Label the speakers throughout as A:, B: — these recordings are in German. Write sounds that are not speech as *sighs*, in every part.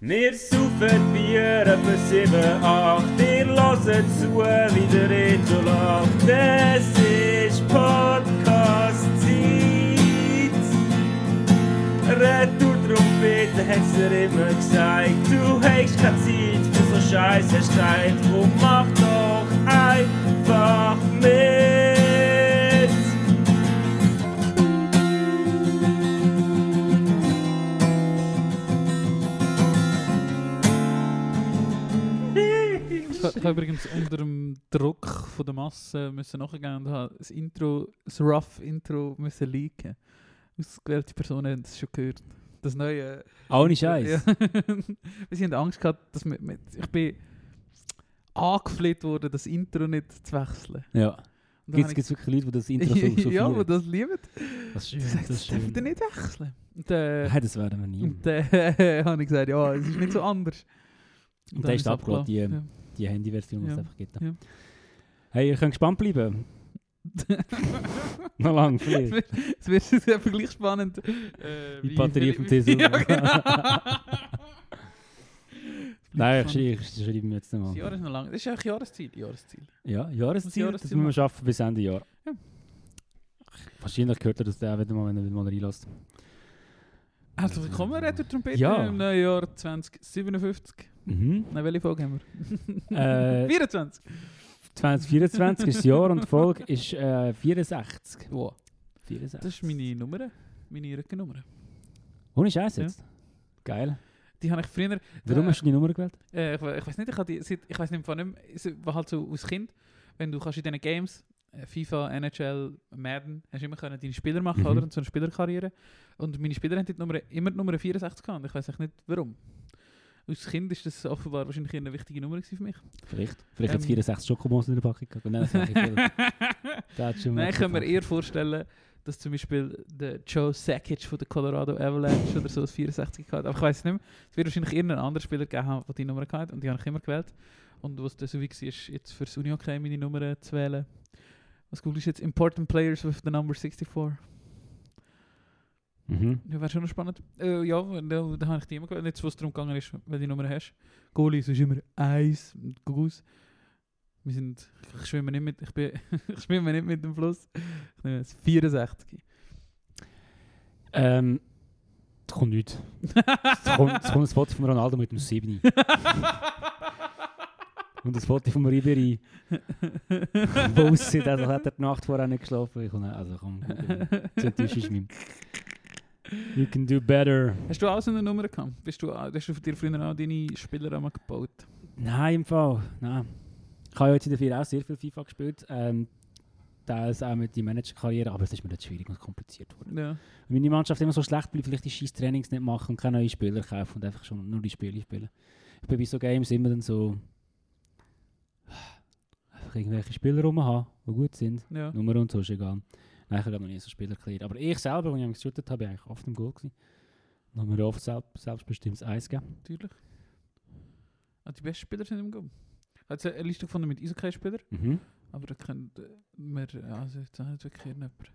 A: Wir saufen Bier etwa 7, 8. Ihr hört zu, wie der Reto lacht. Es ist Podcast-Zeit. Retour-Trompete hat's dir immer gesagt. Du hast keine Zeit für so Scheiß, hast Zeit. Und mach doch einfach mit.
B: Ich, ha- ich habe übrigens unter dem Druck von der Masse müssen nachgehen und habe das Intro, das rough Intro müssen leaken. Ausgewählte Personen haben es schon gehört. Das neue.
C: Ohne Scheiß.
B: Ja. *laughs* wir haben Angst gehabt, dass wir, wir- ich bin angefleht wurde, das Intro nicht zu wechseln.
C: Ja.
B: Und dann
C: Gibt
B: habe
C: es wirklich Leute, die das
B: ich-
C: Intro so, so
B: *laughs* ja, die
C: feiern?
B: das lieben.
C: Das ist schön,
B: Die sagen, das dürft ihr nicht wechseln. Und, äh,
C: Nein, das werden wir nie.
B: und äh, *laughs* habe ich gesagt, ja, es ist nicht so anders. Und
C: Und
B: dann
C: der ist
B: habe ich es
C: abgeladen, die, ähm,
B: Ja.
C: Die Handyversion, die es
B: Ja.
C: einfach gibt.
B: Ja.
C: Hey, ihr könnt gespannt
B: *laughs*
C: bleiben. Noch lang, vielleicht.
B: *laughs* Es wird es einfach gleich spannend. Äh,
C: Wie die Batterie vom
B: wie-
C: TSU.
B: *laughs* Ja,
C: *laughs*
B: genau.
C: Nein,
B: spannend.
C: ich, schrei- ich schreibe mir jetzt
B: Das
C: nochmal.
B: Jahr ist noch lang. Das ist eigentlich Jahresziel. Jahresziel.
C: Ja, Jahresziel, das
B: Jahresziel
C: müssen wir schaffen bis Ende Jahr.
B: Ja.
C: Wahrscheinlich gehört er das dann auch wieder mal, wenn er wieder mal reinlässt.
B: Herzlich willkommen, Retter Trompete
C: Ja.
B: im neuen Jahr 2057.
C: Mhm.
B: Nein, welche Folge haben wir? *laughs*
C: Äh,
B: 24.
C: 2024 ist das Jahr und die Folge ist äh, 64.
B: Wow.
C: 64.
B: Das ist meine Nummer. Meine Rückennummer.
C: Ohne Scheiß
B: Ja.
C: jetzt. Geil.
B: Die habe ich früher.
C: Warum hast du die Nummer gewählt?
B: Äh, ich, we- ich weiß nicht, ich, habe die, seit, ich weiß nicht, von dem, war halt so als Kind, wenn du kannst in diesen Games, äh, FIFA, NHL, Madden, hast du immer können deine Spieler machen,
C: Mhm.
B: oder? Und so eine Spielerkarriere. Und meine Spieler haben die Nummer, immer die Nummer 64 gehabt. und Ich weiß echt nicht, warum. Als Kind ist das offenbar wahrscheinlich eher eine wichtige Nummer gewesen für mich.
C: Vielleicht. Vielleicht hat es
B: Ähm.
C: 64 Schokobons in der Packung gehabt. Nein, das habe
B: *laughs*
C: ich gefehlt. Da hat schon mal
B: Nein, ich kann mir
C: gefehlt.
B: eher vorstellen, dass zum Beispiel der Joe Sakic von der Colorado Avalanche oder so ein 64 gehabt hat. Aber ich weiß es nicht mehr. Es wird wahrscheinlich irgendeinen anderen Spieler gegeben haben, der die Nummer hatte und die habe ich immer gewählt. Und was dann so wie war, ist jetzt fürs Uni okay, meine Nummer äh, zu wählen. Was cool ist jetzt? Important Players with the number 64.
C: Mhm.
B: Ja, wäre schon noch spannend. Äh, ja, da, da habe ich die immer gewählt. Jetzt, wo es darum gegangen ist, welche Nummer hast. Goalies ist immer Eis und Gugus. Wir sind, ich schwimme nicht mit, ich *laughs* bin, ich schwimme nicht mit dem Fluss. Ich nehme das 64.
C: Ähm, es kommt nichts. Es kommt, es kommt ein Foto von Ronaldo mit
B: *laughs*
C: dem 7. Und ein Foto von Ribery. Wo aussieht, also hat er die Nacht vorher nicht geschlafen. Ich, komme- also komm, so enttäuscht ist mein. You can do better.
B: Hast du auch so eine Nummer gehabt? Bist du, auch- hast du dir früher auch deine Spieler einmal gebaut?
C: Nein, im Fall. Nein. Ich habe ja jetzt in der Vier auch sehr viel FIFA gespielt. Ähm, teils auch mit der Managerkarriere, aber es ist mir nicht schwierig und kompliziert geworden.
B: Ja.
C: Wenn meine Mannschaft immer so schlecht bleibt, vielleicht die scheiß Trainings nicht machen und keine neuen Spieler kaufen und einfach schon nur die Spiele spielen. Ich bin bei so Games immer dann so. einfach irgendwelche Spieler rum haben, die gut sind.
B: ja.
C: Nummer und so ist egal. Nein, ich habe noch nie so Spieler erklärt. Aber ich selber, wenn ich geschüttet habe, bin ich eigentlich oft im Goal gewesen. Dann haben wir oft selbst, selbstbestimmtes Eis gegeben.
B: Natürlich. Ah, die besten Spieler sind im Gum. Ich habe jetzt eine Liste gefunden mit Eishockey-Spielern,
C: Mhm.
B: aber da können wir, also jetzt haben wir wirklich irgendjemanden.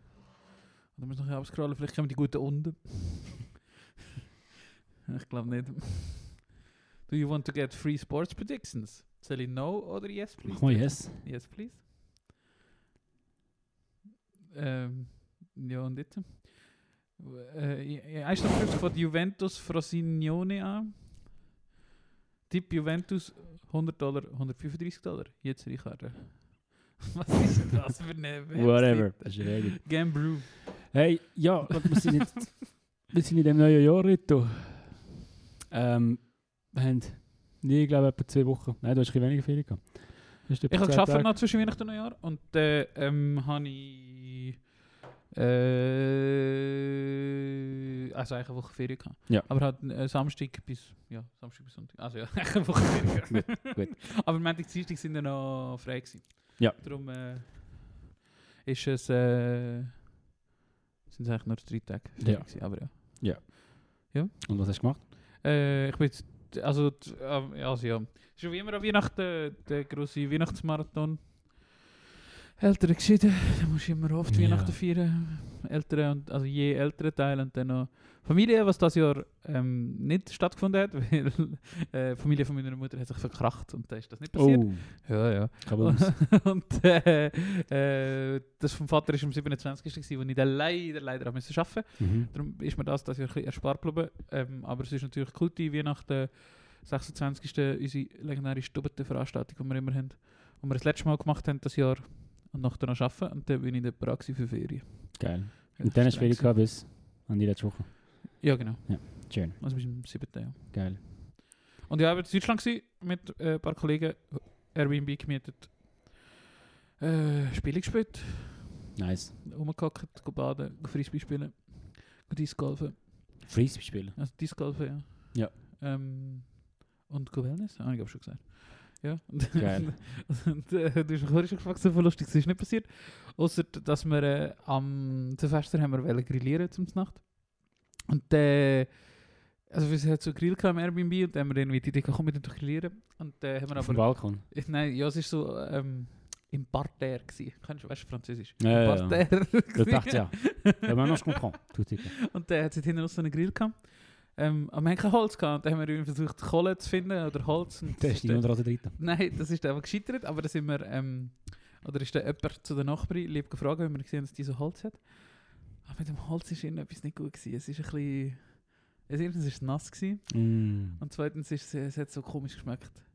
B: Oder müssen wir noch abscrollen, vielleicht kommen die guten unten. *laughs* ich glaube nicht. *laughs* Do you want to get free sports predictions? Soll ich no oder yes, please?
C: Mach mal yes.
B: Yes, please. Ähm, ja, und jetzt? Äh, ja, Einstein knüpft von Juventus Frosinone an. Tipp Juventus 100 Dollar, 135 Dollar. eh. Jetzt *laughs* Ricardo. Was ist denn das für eine Website?
C: Whatever. Das ist ja egal.
B: Gambrew.
C: Hey, ja, warte, wir sind, jetzt,
B: *laughs*
C: wir sind in dem neuen Jahr, Rito. Ähm, wir haben nie, glaube ich, etwa zwei Wochen. Nein, du hast ein bisschen weniger Ferien gehabt. Hast du etwa
B: Ich habe
C: zehn
B: geschafft
C: Tage?
B: noch zwischen Weihnachten und Neujahr und dann ähm, habe ich eh, äh, also eigentlich eine Woche Ferien gehabt.
C: Ja.
B: Aber halt äh, Samstag bis ja Samstag bis Sonntag. Also ja, eigentlich eine Woche Ferien. gehabt. *laughs*
C: Gut,
B: Aber Montag, Dienstag sind ja noch frei gewesen.
C: Ja.
B: Darum äh, ist es äh, sind es eigentlich nur drei Tage. Ferien
C: Ja.
B: gewesen, aber ja.
C: Und was hast du gemacht?
B: Äh, ich bin jetzt, also, t- äh, ähm, also ja. Schon wie immer an Weihnachten, der große Weihnachtsmarathon. Ältere geschieden, da musst du immer oft
C: Ja.
B: Weihnachten feiern. Ältere und, also je ältere Teil und dann noch Familie, was das Jahr ähm, nicht stattgefunden hat, *laughs* weil äh, die Familie von meiner Mutter hat sich verkracht und da ist das nicht passiert.
C: Oh,
B: Ja, ja.
C: kabums.
B: *laughs* und äh, äh, das vom Vater war am 27. gewesen, wo ich dann leider, leider arbeiten musste.
C: mhm.
B: Darum ist mir das das Jahr ein bisschen erspart geblieben. Ähm, aber es ist natürlich Kulti, Weihnachten, 26. unsere legendäre Stubbentenveranstaltung, die wir immer haben. Und wir das letzte Mal gemacht haben, das Jahr. Und nachher noch arbeiten. Und dann bin ich in der Praxis für Ferien.
C: Geil.
B: Ja,
C: Und dann hast du
B: streng
C: Ferien gehabt bis an die letzte Woche.
B: gewesen. Ja, genau.
C: Schön.
B: Also bis zum 7. Ja.
C: Geil.
B: Und ja, ich war in Deutschland gewesen, mit äh, ein paar Kollegen. Airbnb gemietet. Äh, Spiele gespielt.
C: Nice.
B: Rumgehockt, go baden, go Frisbee spielen. Go Disc golfen.
C: Frisbee spielen.
B: Also Disc golfen, ja.
C: Ja.
B: Ähm, und Go Wellness? Ah, ich habe schon gesagt. Ja. *laughs*
C: Geil.
B: und, äh, du hast mich vorhin schon gefragt, so viel lustig ist nicht passiert. Außer, dass wir äh, am Silvester haben wir wollen grillieren zum Nacht. Und äh, also wir hatten so einen Grill gehabt im Airbnb und dann haben wir irgendwie die Idee gehabt, komm, wir gehen doch grillieren. Und äh, haben wir
C: Auf dem
B: aber...
C: Balkon.
B: Ich, *laughs* nein, ja, es war so ähm, im Parterre. gewesen. Kennst du, weißt du Französisch?
C: Ja, ja, ja.
B: Parterre. *laughs*
C: Le parterre. Ja, maintenant je comprends. Tout est clair.
B: Und der hat sich hinten aus so einen Grill gehabt. Ähm, aber wir haben kein Holz gehabt. Dann haben wir irgendwie versucht, Kohle zu finden oder Holz. Und
C: Das ist die
B: dann-
C: andere dritte.
B: Nein, das ist einfach gescheitert. Aber da sind wir, ähm, oder ist da jemand zu der Nachbarin lieb gefragt, wenn wir gesehen haben, dass die so Holz hat. Aber mit dem Holz war irgendetwas nicht gut. Gewesen. Es ist ein bisschen. Also erstens war es nass gewesen,
C: Mm.
B: und zweitens ist es, es hat so komisch geschmeckt.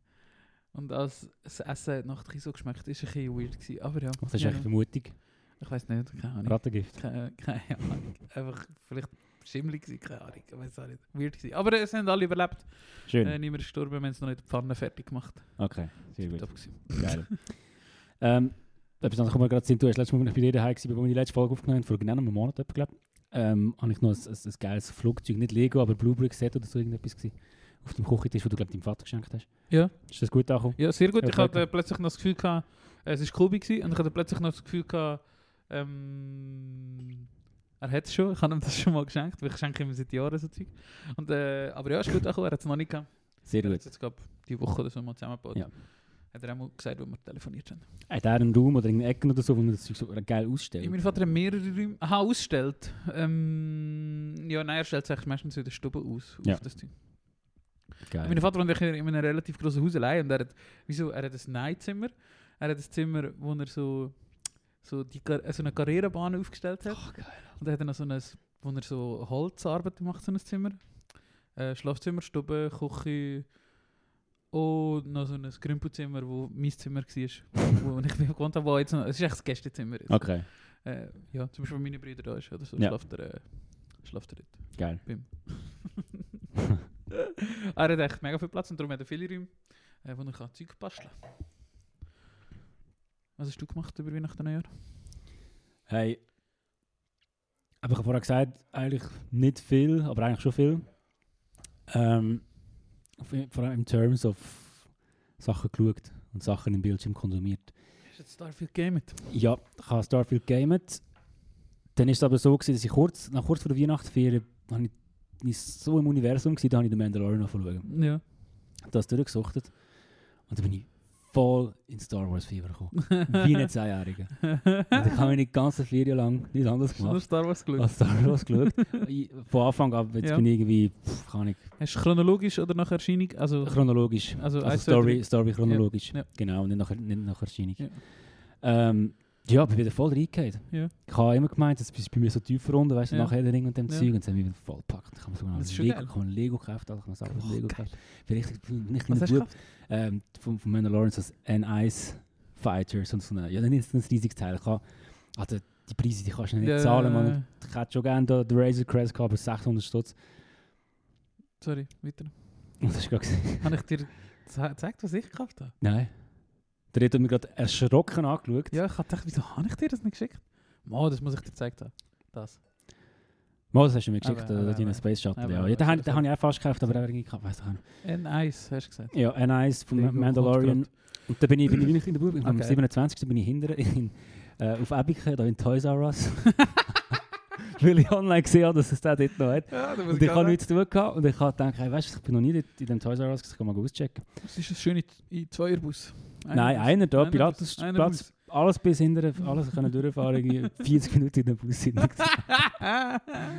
B: Und als das Essen hat nach so geschmeckt, ist es ein bisschen weird gewesen. Aber ja,
C: Das ist
B: ja,
C: echt mutig.
B: ich weiß nicht, keine Ahnung.
C: Rattengift.
B: Keine, keine Ahnung. Einfach vielleicht schimmelig gewesen, keine Ahnung. Ich weiß auch nicht. Weird gewesen. Aber es haben alle überlebt. Äh,
C: Schön.
B: niemand ist gestorben, wir haben es noch nicht in der Pfanne fertig gemacht.
C: Okay, sehr gut.
B: Top gewesen.
C: Geil. *laughs* ähm, etwas anderes kommt mir gerade in den Sinn. Du hast letztes Mal, als ich bei dir daheim war, wo wir die letzte Folge aufgenommen haben, vor genau einem Monat, etwa, glaub, ähm, habe ich noch ein, ein, ein geiles Flugzeug, nicht Lego, aber Blueberry Set oder so irgendetwas gewesen, auf dem Küchentisch, wo du, glaube deinem Vater geschenkt hast.
B: Ja.
C: Ist das gut angekommen?
B: Ja, sehr gut. Ich
C: Okay,
B: hatte
C: okay.
B: plötzlich noch das Gefühl, gehabt, äh, es war Kobe gewesen, und ich hatte plötzlich noch das Gefühl, gehabt, ähm, er hat es schon. Ich habe ihm das schon mal geschenkt, weil ich schenke ihm seit Jahren so Zeug. Und, äh, aber ja, ist gut angekommen, er hat es noch nicht gehabt.
C: Sehr
B: Er hat
C: gut.
B: es jetzt, glaube die Woche oder so mal zusammengebaut.
C: Ja.
B: Hat er auch mal gesagt, wo wir telefoniert haben.
C: Hat er einen Raum oder irgendeine Ecke oder so, wo man das Zeug so geil ausstellt?
B: Mein Vater hat mehrere Räume. Aha, ausstellt. Ähm, ja, nein, er stellt sich meistens in der Stube aus. Auf
C: Ja. Äh.
B: das Ding.
C: Geil.
B: Mein Vater wohnt eigentlich in einem relativ grossen Haus allein und er hat, wieso, er hat ein Neinzimmer. Er hat ein Zimmer, wo er so, so, die, Kar- äh, so eine Karrierebahn aufgestellt hat.
C: Ach, Ah, geil.
B: Und dann hat er noch so ein, wo er so Holzarbeit macht, so ein Zimmer. Äh, Schlafzimmer, Stube, Küche und noch so ein Grünpuzimmer, wo mein Zimmer war, wo ich bin gewohnt habe. wo jetzt noch- Es ist echt das Gästezimmer. Jetzt.
C: Okay,
B: Äh, ja, zum Beispiel, wenn meine Brüder da ist oder so,
C: Ja.
B: schlaft er, äh, schlaft er dort.
C: geil.
B: Er hat echt mega viel Platz und darum hat er viele Räume, äh, wo er kann Zeug basteln kann. Was hast du gemacht über Weihnachten und Neujahr?
C: Hey, aber ich habe vorher gesagt, eigentlich nicht viel, aber eigentlich schon viel. Ähm, v- vor allem in Terms of Sachen geschaut und Sachen im Bildschirm konsumiert.
B: Hast du jetzt Starfield gegamet?
C: Ja, ich habe Starfield gamet. Dann ist es aber so, gewesen, dass ich kurz, nach kurz vor der Weihnachtsferien habe ich, bin ich so im Universum war, da habe ich den Mandalorian angefangen.
B: Ja.
C: Das durchgesuchtet. Und dann bin ich voll in Star Wars Fieber gekommen. Wie ein Zweijähriger. Und ich habe meine ganzen vier Jahre lang nichts anderes
B: Hast du nur
C: gemacht.
B: Star Wars geschaut?
C: als Star Wars geschaut. *laughs* Ich- Von Anfang an, jetzt
B: Ja.
C: bin ich irgendwie, pff, kann ich,
B: Hast du chronologisch oder nach Erscheinung? Also,
C: chronologisch.
B: also,
C: Also
B: eins, zwei,
C: Story, Story chronologisch.
B: Ja.
C: Genau, nicht nach, nicht nach Erscheinung.
B: Ja.
C: Ja. Ähm, ja, bin wieder voll reingehauen.
B: Ja.
C: Ich habe immer gemeint, das ist bei mir so tief runter, weißt du,
B: Ja.
C: nach Elden Ring und dem
B: Ja.
C: Zeug. Und das haben mich wieder voll gepackt. Ich habe sogar noch
B: Das ist schon
C: Lego,
B: geil.
C: ich habe ein Lego gekauft, also ich habe selber
B: Oh,
C: ein Lego
B: geil.
C: gekauft. Vielleicht bin ich
B: Was
C: ein
B: hast du
C: Bub
B: gekauft?
C: ähm, von, von Mandalorian, so ein N1 Fighter, so so eine, ja, dann ist das ein riesiges Teil. Ich habe, also die Preise, die kannst du nicht
B: Ja,
C: zahlen, man. Ich hätte schon gerne da den Razor Crest gehabt, aber 600 *laughs* Stutz.
B: Sorry, weiter.
C: Und das ist gerade gesehen.
B: Habe ich dir ze- gezeigt, was ich gekauft habe?
C: Nein. Der hat mich gerade erschrocken angeschaut.
B: Ja, ich habe gedacht, wieso habe ich dir das nicht geschickt? Mo, das muss ich dir gezeigt haben. Das.
C: Mal, das hast du mir geschickt,
B: Aber,
C: äh,
B: aber,
C: deinen
B: aber.
C: Space Shuttle.
B: Aber,
C: ja.
B: aber,
C: ja, den
B: so-
C: habe ich- den
B: so-
C: habe ich auch fast gekauft, aber auch irgendwie gehabt, weiss ich auch nicht.
B: N1, hast du gesagt.
C: Ja, N1 von
B: Lego
C: Mandalorian.
B: kommt
C: Und da bin ich, bin ich wirklich in der Bube. Am
B: Okay.
C: 27. bin ich hinter in, äh, auf Ebiken, da in Toys R Us. *laughs* Weil ich online gesehen habe, dass es den dort noch hat.
B: Ja, da muss
C: Und ich habe nichts zu tun gehabt und ich habe gedacht, hey, weißt du, ich bin noch nie dort in dem Toys R Us, ich kann mal auschecken.
B: Das ist ein schöner Zweierbus.
C: Nein, einer da,
B: Einer
C: Pilatus
B: muss, einer
C: Platz, alles bis hinter, alles können durchfahren, irgendwie 40 Minuten in den Bus sind. *laughs*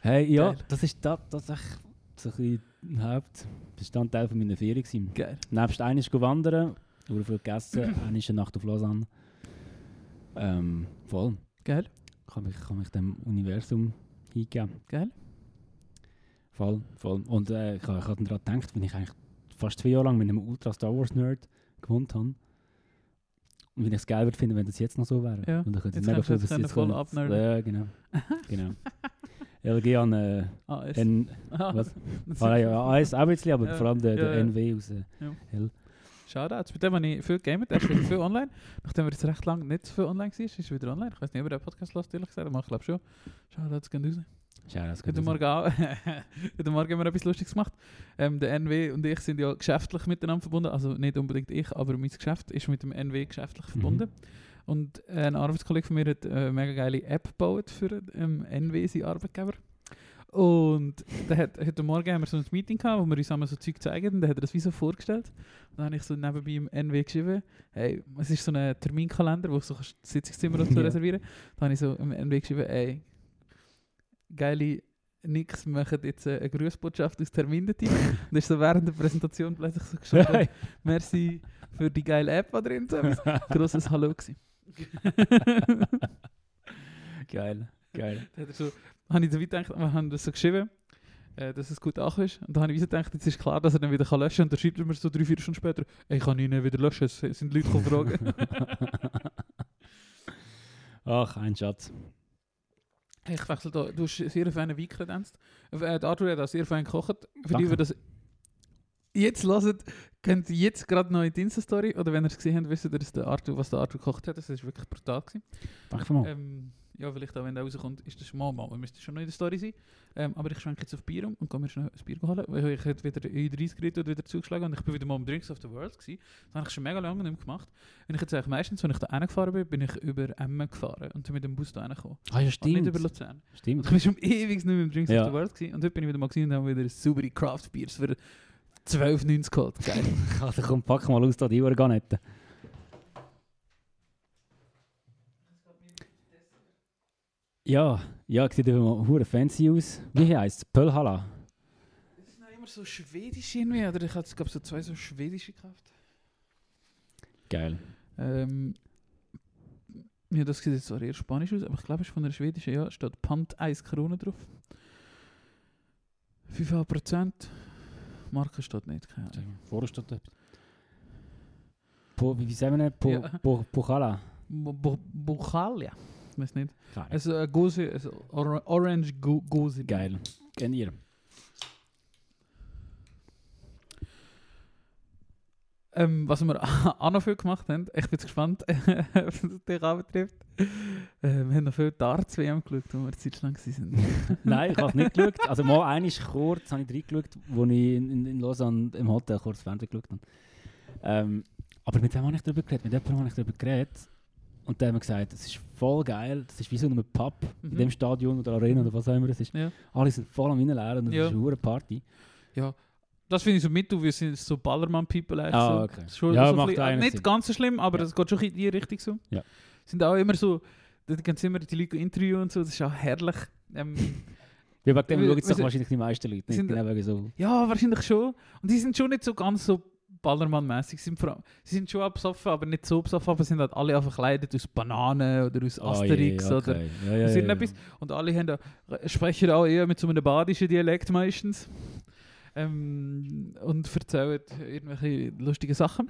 C: Hey, ja,
B: Geil.
C: das ist das, das ist echt so ein bisschen ein Hauptbestandteil von meiner Ferien gewesen.
B: Geil.
C: Nebst einem ist wandern, wurde viel gegessen, eine ist eine Nacht auf Lausanne. Ähm, voll.
B: Geil.
C: Kann mich, kann mich dem Universum hingeben.
B: Geil.
C: Voll, voll. Und äh, ich, ich habe daran gedacht, wenn ich eigentlich fast zwei Jahre lang mit einem Ultra Star Wars Nerd gewohnt habe. Und wenn ich es geil würde finden, wenn das jetzt noch so wäre.
B: Ja.
C: Und dann könnte
B: Jetzt
C: mega
B: kannst du jetzt
C: viel, was
B: können
C: jetzt
B: voll
C: kommt.
B: abnerden. *laughs*
C: Ja, genau. genau. LG an äh,
B: Ah, es. *laughs*
C: N
B: Ah,
C: was?
B: das-
C: Ah, ja, AS auch ein bisschen, aber
B: Ja,
C: vor allem der,
B: ja,
C: der
B: ja.
C: NW aus äh,
B: Ja.
C: L.
B: Shoutouts. Bei dem habe ich viel gegamet, er spielt
C: *coughs*
B: viel online. Nachdem er jetzt recht lang nicht so viel online war, ist er wieder online. Ich weiß nicht, ob er den Podcast lässt, ehrlich gesagt, aber ich glaube schon. Shoutouts gehen raus.
C: Schau, das
B: Heute
C: raus.
B: Morgen, auch. *laughs* Heute Morgen haben wir etwas Lustiges gemacht. Ähm, der NW und ich sind ja geschäftlich miteinander verbunden. Also nicht unbedingt ich, aber mein Geschäft ist mit dem NW
C: Mhm.
B: geschäftlich verbunden. Und ein Arbeitskollege von mir hat äh, eine mega geile App gebaut für ähm, NW, seinen Arbeitgeber. Und der hat, heute Morgen haben wir so ein Meeting gehabt, wo wir uns einmal so Zeug zeigen und dann hat er das wie so vorgestellt. Und dann habe ich so nebenbei im NW geschrieben, hey, es ist so ein Terminkalender, wo du so kannst Sitzungszimmer und so
C: *laughs* Ja.
B: reservieren Dann habe ich so im NW geschrieben, hey, geile Nix, wir machen jetzt äh, eine Grußbotschaft aus Termindativ. und ist so während der Präsentation plötzlich so geschrieben, merci für die geile App, die drin ist. Grosses Hallo gewesen.
C: *laughs* Geil, *laughs* geil.
B: Dann hat er so, habe ich so weit gedacht, wir haben das so geschrieben, äh, dass es gut angekommen ist. Und dann habe ich so gedacht, jetzt ist klar, dass er dann wieder kann löschen kann. Und dann schreibt er mir so drei, vier Stunden später, ich kann ihn nicht wieder löschen, es sind Leute gekommen fragen.
C: Ach, ein Schatz.
B: Hey, ich wechsle da, du hast sehr feine Wein kredenzt. Äh, die Arthur hat auch sehr fein gekocht. Für die,
C: Danke.
B: die das jetzt hören, könnt ihr jetzt gerade noch in die Insta-Story, oder wenn ihr es gesehen habt, wisst ihr, dass der Arthur, was der Arthur gekocht hat. Das ist wirklich brutal gewesen.
C: Danke mal.
B: Ähm, ja, vielleicht auch, wenn der rauskommt, ist das schon mal, mal. Wir müssten schon noch in der Story sein. Ähm, aber ich schwenke jetzt auf Bier um und kann mir schnell ein Bier holen. Weil ich hätte wieder in 30 Grad wieder zugeschlagen und ich bin wieder mal am Drinks of the World gewesen. Das habe ich schon mega lange nicht mehr gemacht. Und ich jetzt eigentlich meistens, wenn ich da reingefahren bin, bin ich über Emmen gefahren und dann mit dem Bus da reingekommen.
C: Ah, ja,
B: Und nicht über
C: stimmt.
B: Luzern. Und
C: *laughs*
B: *laughs*
C: Stimmt.
B: ich war schon ewig nicht mehr im Drinks
C: Ja.
B: of the World gewesen. und heute bin ich wieder mal gesehen und haben wieder saubere Craft Beers für 12,90 geholt. Geil.
C: Also komm, pack mal aus, da die Uhr gar nicht. Ja, ja, sieht eben mal hure fancy aus. Wie heisst es? Pölhala.
B: das ist noch immer so schwedisch irgendwie, oder ich habe glaube so zwei so schwedische gekauft.
C: Geil.
B: Ähm, ja, das sieht jetzt zwar eher spanisch aus, aber ich glaube, es ist von einer schwedischen, ja, steht Pant 1 Krone drauf. 5,5%. Marke steht nicht, keine Ahnung.
C: Vorher steht etwas. Po, wie sagen wir denn? Po,
B: Ja.
C: po, Pochala.
B: Bu- Bu- Buchalia. Ich weiß nicht.
C: Keine
B: Also eine Gose, also Or Orange Go Gose.
C: Geil. Kennt ihr?
B: Ähm, was wir *laughs* auch noch viel gemacht haben, ich bin jetzt gespannt, *laughs* was das dich anbetrifft. Äh, wir haben noch viel Darts-WM geschaut, wo wir in Deutschland waren.
C: Nein, ich habe es nicht geschaut. Also mal einmal kurz habe ich reingeschaut, wo ich in, in, in Lausanne im Hotel kurz Fernsehen geschaut habe. Ähm, aber mit wem habe ich darüber geredet? Mit jemandem habe ich darüber geredet. Und der hat mir gesagt, das ist voll geil, das ist wie so ein Pub in
B: Mhm.
C: dem Stadion oder Arena oder was auch immer es ist.
B: Ja.
C: Alle sind voll am Reinlernen und das
B: Ja.
C: ist eine hure Party.
B: Das finde ich so mit, du, wir sind so Ballermann-People. eigentlich
C: Ah,
B: so.
C: okay.
B: Schon
C: Ja,
B: so ein
C: macht
B: bisschen-
C: eigentlich
B: Nicht
C: Sinn.
B: ganz so schlimm, aber es geht schon in die Richtung so.
C: Ja.
B: Sind auch immer so, da gehen immer die Leute interviewen und so, das ist auch herrlich. Ähm, *laughs* Wir-
C: Ja, wegen dem schauen es
B: wir
C: doch
B: sind-
C: wahrscheinlich die meisten Leute nicht.
B: sind-
C: Genau wegen so.
B: ja, wahrscheinlich schon. Und die sind schon nicht so ganz so Ballermann-mäßig. Sie sind vor allem- Sie sind schon absoffen, aber nicht so absoffen, aber sind halt alle auch verkleidet aus Bananen oder aus Asterix
C: Ah, je,
B: oder
C: okay. Ja, ja,
B: Es
C: ja,
B: sind
C: ja.
B: etwas- Und alle haben da, sprechen auch eher mit so einem badischen Dialekt meistens. Ähm, und erzählen irgendwelche lustigen Sachen.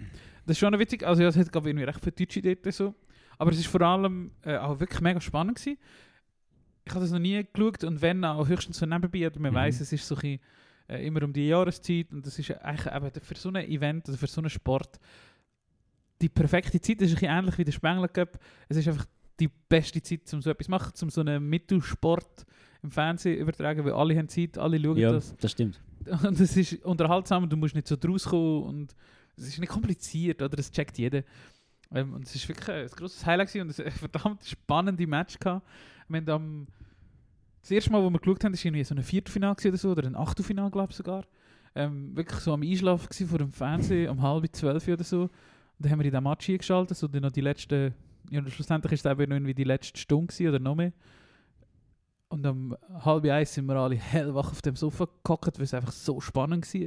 B: Das ist schon noch witzig. Also ja, es hat glaube ich irgendwie recht viel Deutsche dort so. Aber es ist vor allem äh, auch wirklich mega spannend gewesen. Ich habe das noch nie geschaut und wenn auch höchstens so nebenbei, aber man
C: Mhm.
B: weiss, es ist so ein bisschen, äh, immer um die Jahreszeit und das ist eigentlich eben für so ein Event oder für so einen Sport die perfekte Zeit. Das ist ein bisschen ähnlich wie der Spengler Cup. Es ist einfach die beste Zeit, um so etwas zu machen, um so einen Mittelsport im Fernsehen übertragen, weil alle haben Zeit, alle schauen
C: ja,
B: das. *laughs*
C: das stimmt.
B: Und es ist unterhaltsam, und du musst nicht so draus kommen und es ist nicht kompliziert, oder? Das checkt jeder. Ähm, und es ist wirklich äh, ein grosses Highlight gewesen und es ein verdammt spannende Match gehabt. Wir haben am, das erste Mal, wo wir geschaut haben, war irgendwie so ein Viertelfinale gewesen oder so, oder ein Achtelfinale, glaube ich sogar. Ähm, wirklich so am Einschlafen gewesen vor dem Fernsehen, um halb zwölf oder so. dann haben wir in den Match eingeschaltet, so die- noch die letzte, ja, und schlussendlich ist es eben irgendwie die letzte Stunde gewesen, oder noch mehr. Und um halb eins sind wir alle hellwach auf dem Sofa gehockt, weil es einfach so spannend war.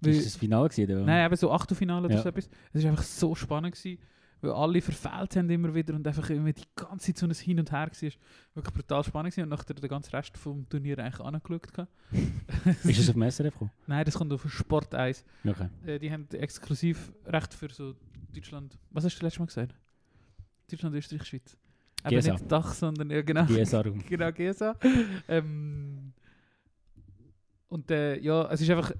B: Weil-
C: Ist das Finale gewesen? Oder?
B: Nein, eben so Achtelfinale oder
C: Ja.
B: so etwas. Es war einfach so spannend, gewesen, weil alle verfehlt haben immer wieder und einfach irgendwie die ganze Zeit so ein Hin und Her war. Wirklich brutal spannend gewesen und nachher den ganzen Rest vom Turnier eigentlich angeschaut. gehabt.
C: Ist es auf dem SRF gekommen?
B: Nein, das kommt auf Sport 1.
C: Okay.
B: Äh, die haben exklusiv Recht für so Deutschland... Was hast du letztes Mal gesagt? Deutschland, Österreich, Schweiz. Aber
C: GSA.
B: nicht Dach, sondern... Ja, genau.
C: Die SR.
B: genau, GSA. Ähm, und äh, ja, es ist einfach.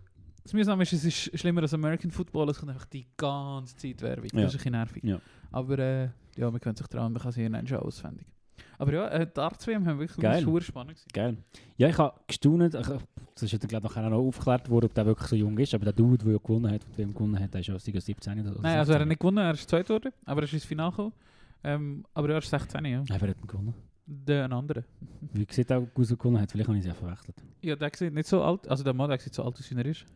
B: Das Mühsame ist, es ist schlimmer als American Football. Es kommt einfach die ganze Zeit Werbung.
C: Ja.
B: Das ist ein bisschen nervig.
C: Ja.
B: Aber äh, ja, man könnte sich dran, man kann sie hier schon auswendig. Aber ja, äh, die Arts WM haben wirklich
C: Geil.
B: das war spannend gewesen.
C: Geil. Ja, ich habe gestaunt. Ich, das ist ja dann, glaube ich, nachher auch noch aufgeklärt worden, ob der wirklich so jung ist. Aber der Dude, der ja gewonnen hat, der gewonnen hat, der ist ja sicher 17 oder so.
B: Nein, also er hat nicht gewonnen, er ist zweit geworden, aber er ist ins Finale gekommen. Ähm, aber er ist 16, ja.
C: Nein, wer hat denn gewonnen?
B: Der ein anderer.
C: Wie sieht der, der gewonnen hat? Vielleicht habe ich sie ja verwechselt.
B: Ja, der sieht nicht so alt, also der Mann, der sieht so alt aus, wie er ist.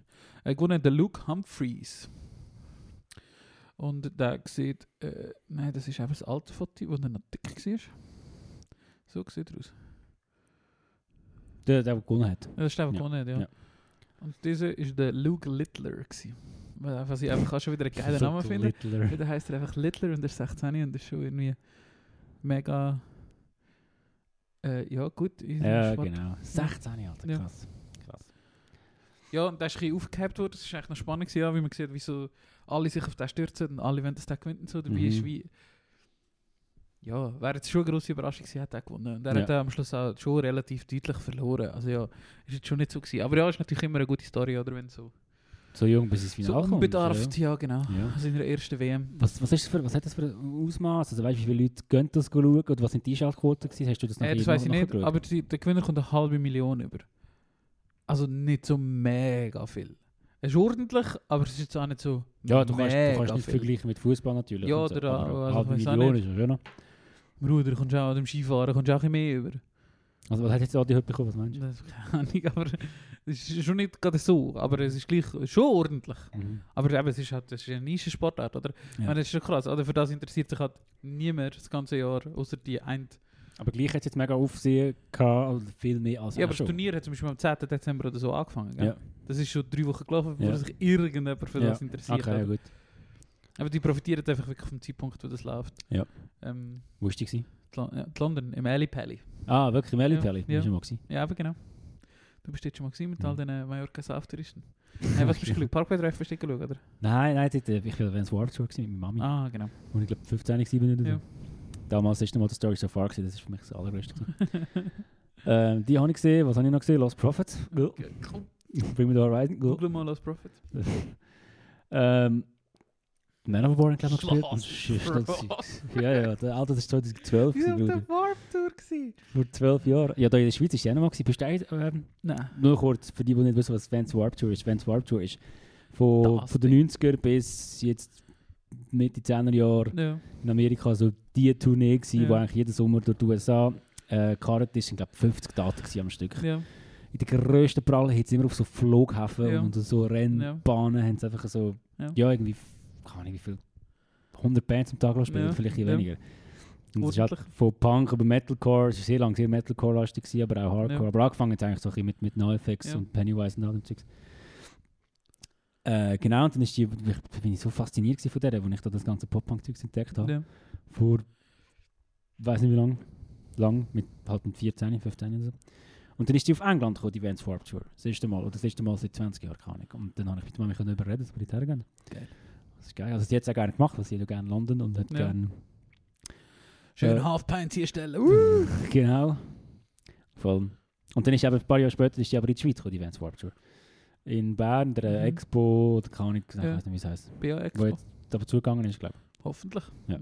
B: Er gewonnen hat der Luke Humphreys. Und der sieht, äh, nein, das ist einfach das alte Foto, wo er noch dick war. So sieht er aus.
C: Der, der gewonnen hat.
B: Ja, Das ist der, der
C: Ja,
B: gewonnen hat, ja.
C: ja.
B: Und dieser ist der Luke Littler. gewesen. Weil einfach, was ich einfach auch schon wieder einen geilen Namen finde.
C: Littler.
B: Weil der heißt er einfach Littler und er ist 16 und ist schon irgendwie mega. Äh, ja, gut. in
C: Ja,
B: Sport.
C: genau. 16, Alter.
B: Ja.
C: Krass.
B: Ja, und der ist ein bisschen aufgehypt worden. Das war eigentlich noch spannend, gewesen, ja, wie man sieht, wie so alle sich auf den stürzen und alle wollen, dass der gewinnt und so. Dabei
C: Mhm.
B: ist wie... Ja, wäre jetzt schon eine grosse Überraschung gewesen, hätte er gewonnen. Und er
C: Ja.
B: hat äh, am Schluss auch schon relativ deutlich verloren. Also ja, ist jetzt schon nicht so gewesen. Aber ja, ist natürlich immer eine gute Story, oder wenn so...
C: So jung bis ins
B: So
C: Finale kommt,
B: unbedarft, ja genau.
C: Ja. Ja.
B: Also in der ersten WM.
C: Was, was, ist das für, was hat das für ein Ausmaß? Also weißt du, wie viele Leute gehen das schauen oder was sind die Einschaltquoten gewesen? Hast du das noch
B: Äh, das
C: irgendwo
B: weiß ich nicht,
C: nachgeschaut?
B: aber die, der Gewinner kommt eine halbe Million über. Also nicht so mega viel. Es ist ordentlich, aber es ist jetzt auch nicht so
C: Ja, du kannst, du
B: mega
C: kannst nicht
B: viel.
C: vergleichen mit Fußball natürlich.
B: Ja,
C: und so,
B: oder
C: aber
B: auch-
C: eine
B: also
C: halbe
B: weiss auch
C: Million
B: nicht.
C: ist ja schon noch.
B: Im Ruder kommst du auch, oder im Skifahren kommst du auch ein bisschen mehr über.
C: Also was hat jetzt Adi heute bekommen, was meinst
B: Das keine Ahnung, *laughs* aber es ist schon nicht gerade so, aber es ist gleich schon ordentlich.
C: du? Mhm.
B: Aber eben, es ist halt es ist eine Nischensportart, oder? Ich meine, das ist schon krass, oder? Für das interessiert sich halt niemand das ganze Jahr, außer die ein.
C: Aber gleich hat es jetzt mega Aufsehen gehabt, also viel mehr als
B: Ja,
C: er
B: aber das
C: schon.
B: Turnier hat zum Beispiel am 10. Dezember oder so angefangen, gell?
C: Ja.
B: Das ist schon drei Wochen gelaufen, bevor
C: Ja.
B: sich irgendjemand für
C: Ja.
B: das interessiert
C: Okay, ja
B: hat.
C: gut.
B: Aber die profitieren einfach wirklich vom Zeitpunkt, wo das läuft.
C: Ja.
B: Ähm,
C: Wo war die? gewesen?
B: die Lon- ja, die London, im Alley Pally.
C: Ah, wirklich, im
B: Ja,
C: Elipelli. Ja,
B: ja.
C: ja. Schon mal gewesen.
B: Ja, aber genau. Du bist jetzt schon mal gewesen mit
C: Mhm.
B: all diesen Mallorca-Sauftouristen. Nein, was bist du geschaut? Parkway Drive bist du nicht geschaut, oder?
C: Nein, nein, dort, äh, ich war während des World Tour gewesen mit meiner Mami.
B: Ah, genau.
C: Und ich glaube 15, 17 oder so.
B: Ja.
C: Damals war nochmal die Story so far, gewesen. das ist für mich das Allergrößte.
B: *laughs*
C: ähm, die habe ich gesehen, was habe ich noch gesehen? Lost Prophets. Bring Me The Horizon.
B: Google mal Lost Prophet.
C: Ähm, Man of War, glaube ich, noch gespielt. Und
B: Lost
C: Schüchtern
B: Prophets. *laughs*
C: Zeugs. Ja, ja, der Alter, das war 2012,
B: Wir
C: gewesen,
B: sind auf
C: Bruder.
B: der Warp-Tour gewesen.
C: Vor 12 Jahren. Ja, da in der Schweiz ist ja noch mal gewesen. Bist du eigentlich, ähm,
B: Nein.
C: nur kurz, für die, die nicht wissen, was Vans Warp Tour ist. Vans Warp Tour ist von,
B: Das
C: von den 90er bis jetzt Mitte 10er Jahre
B: Ja.
C: in Amerika so die Tournee gewesen,
B: Ja.
C: wo eigentlich jeden Sommer durch die USA äh, gekarrt ist. Ich glaube 50 Daten gewesen am Stück.
B: ja.
C: In der grössten Pralle hat es immer auf so Flughäfen
B: Ja.
C: und so Rennbahnen haben sie einfach so,
B: Ja.
C: ja, irgendwie, keine Ahnung wie viel, 100 Bands am Tag lassen spielen,
B: Ja.
C: vielleicht ein
B: Ja.
C: bisschen weniger. Und es ist halt
B: Ordentlich.
C: von Punk über Metalcore, es war sehr lange sehr Metalcore-lastig, gewesen, aber auch Hardcore.
B: Ja.
C: Aber angefangen hat es eigentlich so ein bisschen mit, mit NoFX
B: Ja.
C: und Pennywise und all dem Zeugs. Äh, genau, und dann ist die, ich, bin ich so fasziniert gewesen von der, wo ich da das ganze Pop-Punk-Zeugs entdeckt habe
B: Ja.
C: vor, weiß nicht wie lang, lang, mit, halt mit 14, 15 oder so. Und dann ist die auf England gekommen, die Vans Warped Tour. Das erste Mal, oder das erste Mal seit 20 Jahren, keine Ahnung. Und dann habe ich mit Mami können überreden, dass wir dort hergehen.
B: Geil.
C: Das ist geil. Also sie hat es auch gerne gemacht, weil sie hat ja gerne London und hat
B: Ja.
C: gerne...
B: Schön
C: Äh.
B: Half-Pint herstellen. Uh!
C: Genau. Voll. Und dann ist eben ein paar Jahre später ist die aber in die Schweiz gekommen, die Vans Warped Tour. In Bern, der
B: Mhm.
C: Expo, oder keine Ahnung, ich
B: Ja.
C: weiß nicht, wie es heisst.
B: BA
C: Wo
B: Expo.
C: jetzt aber zugegangen ist, glaube ich.
B: Hoffentlich. *laughs*
C: Ja.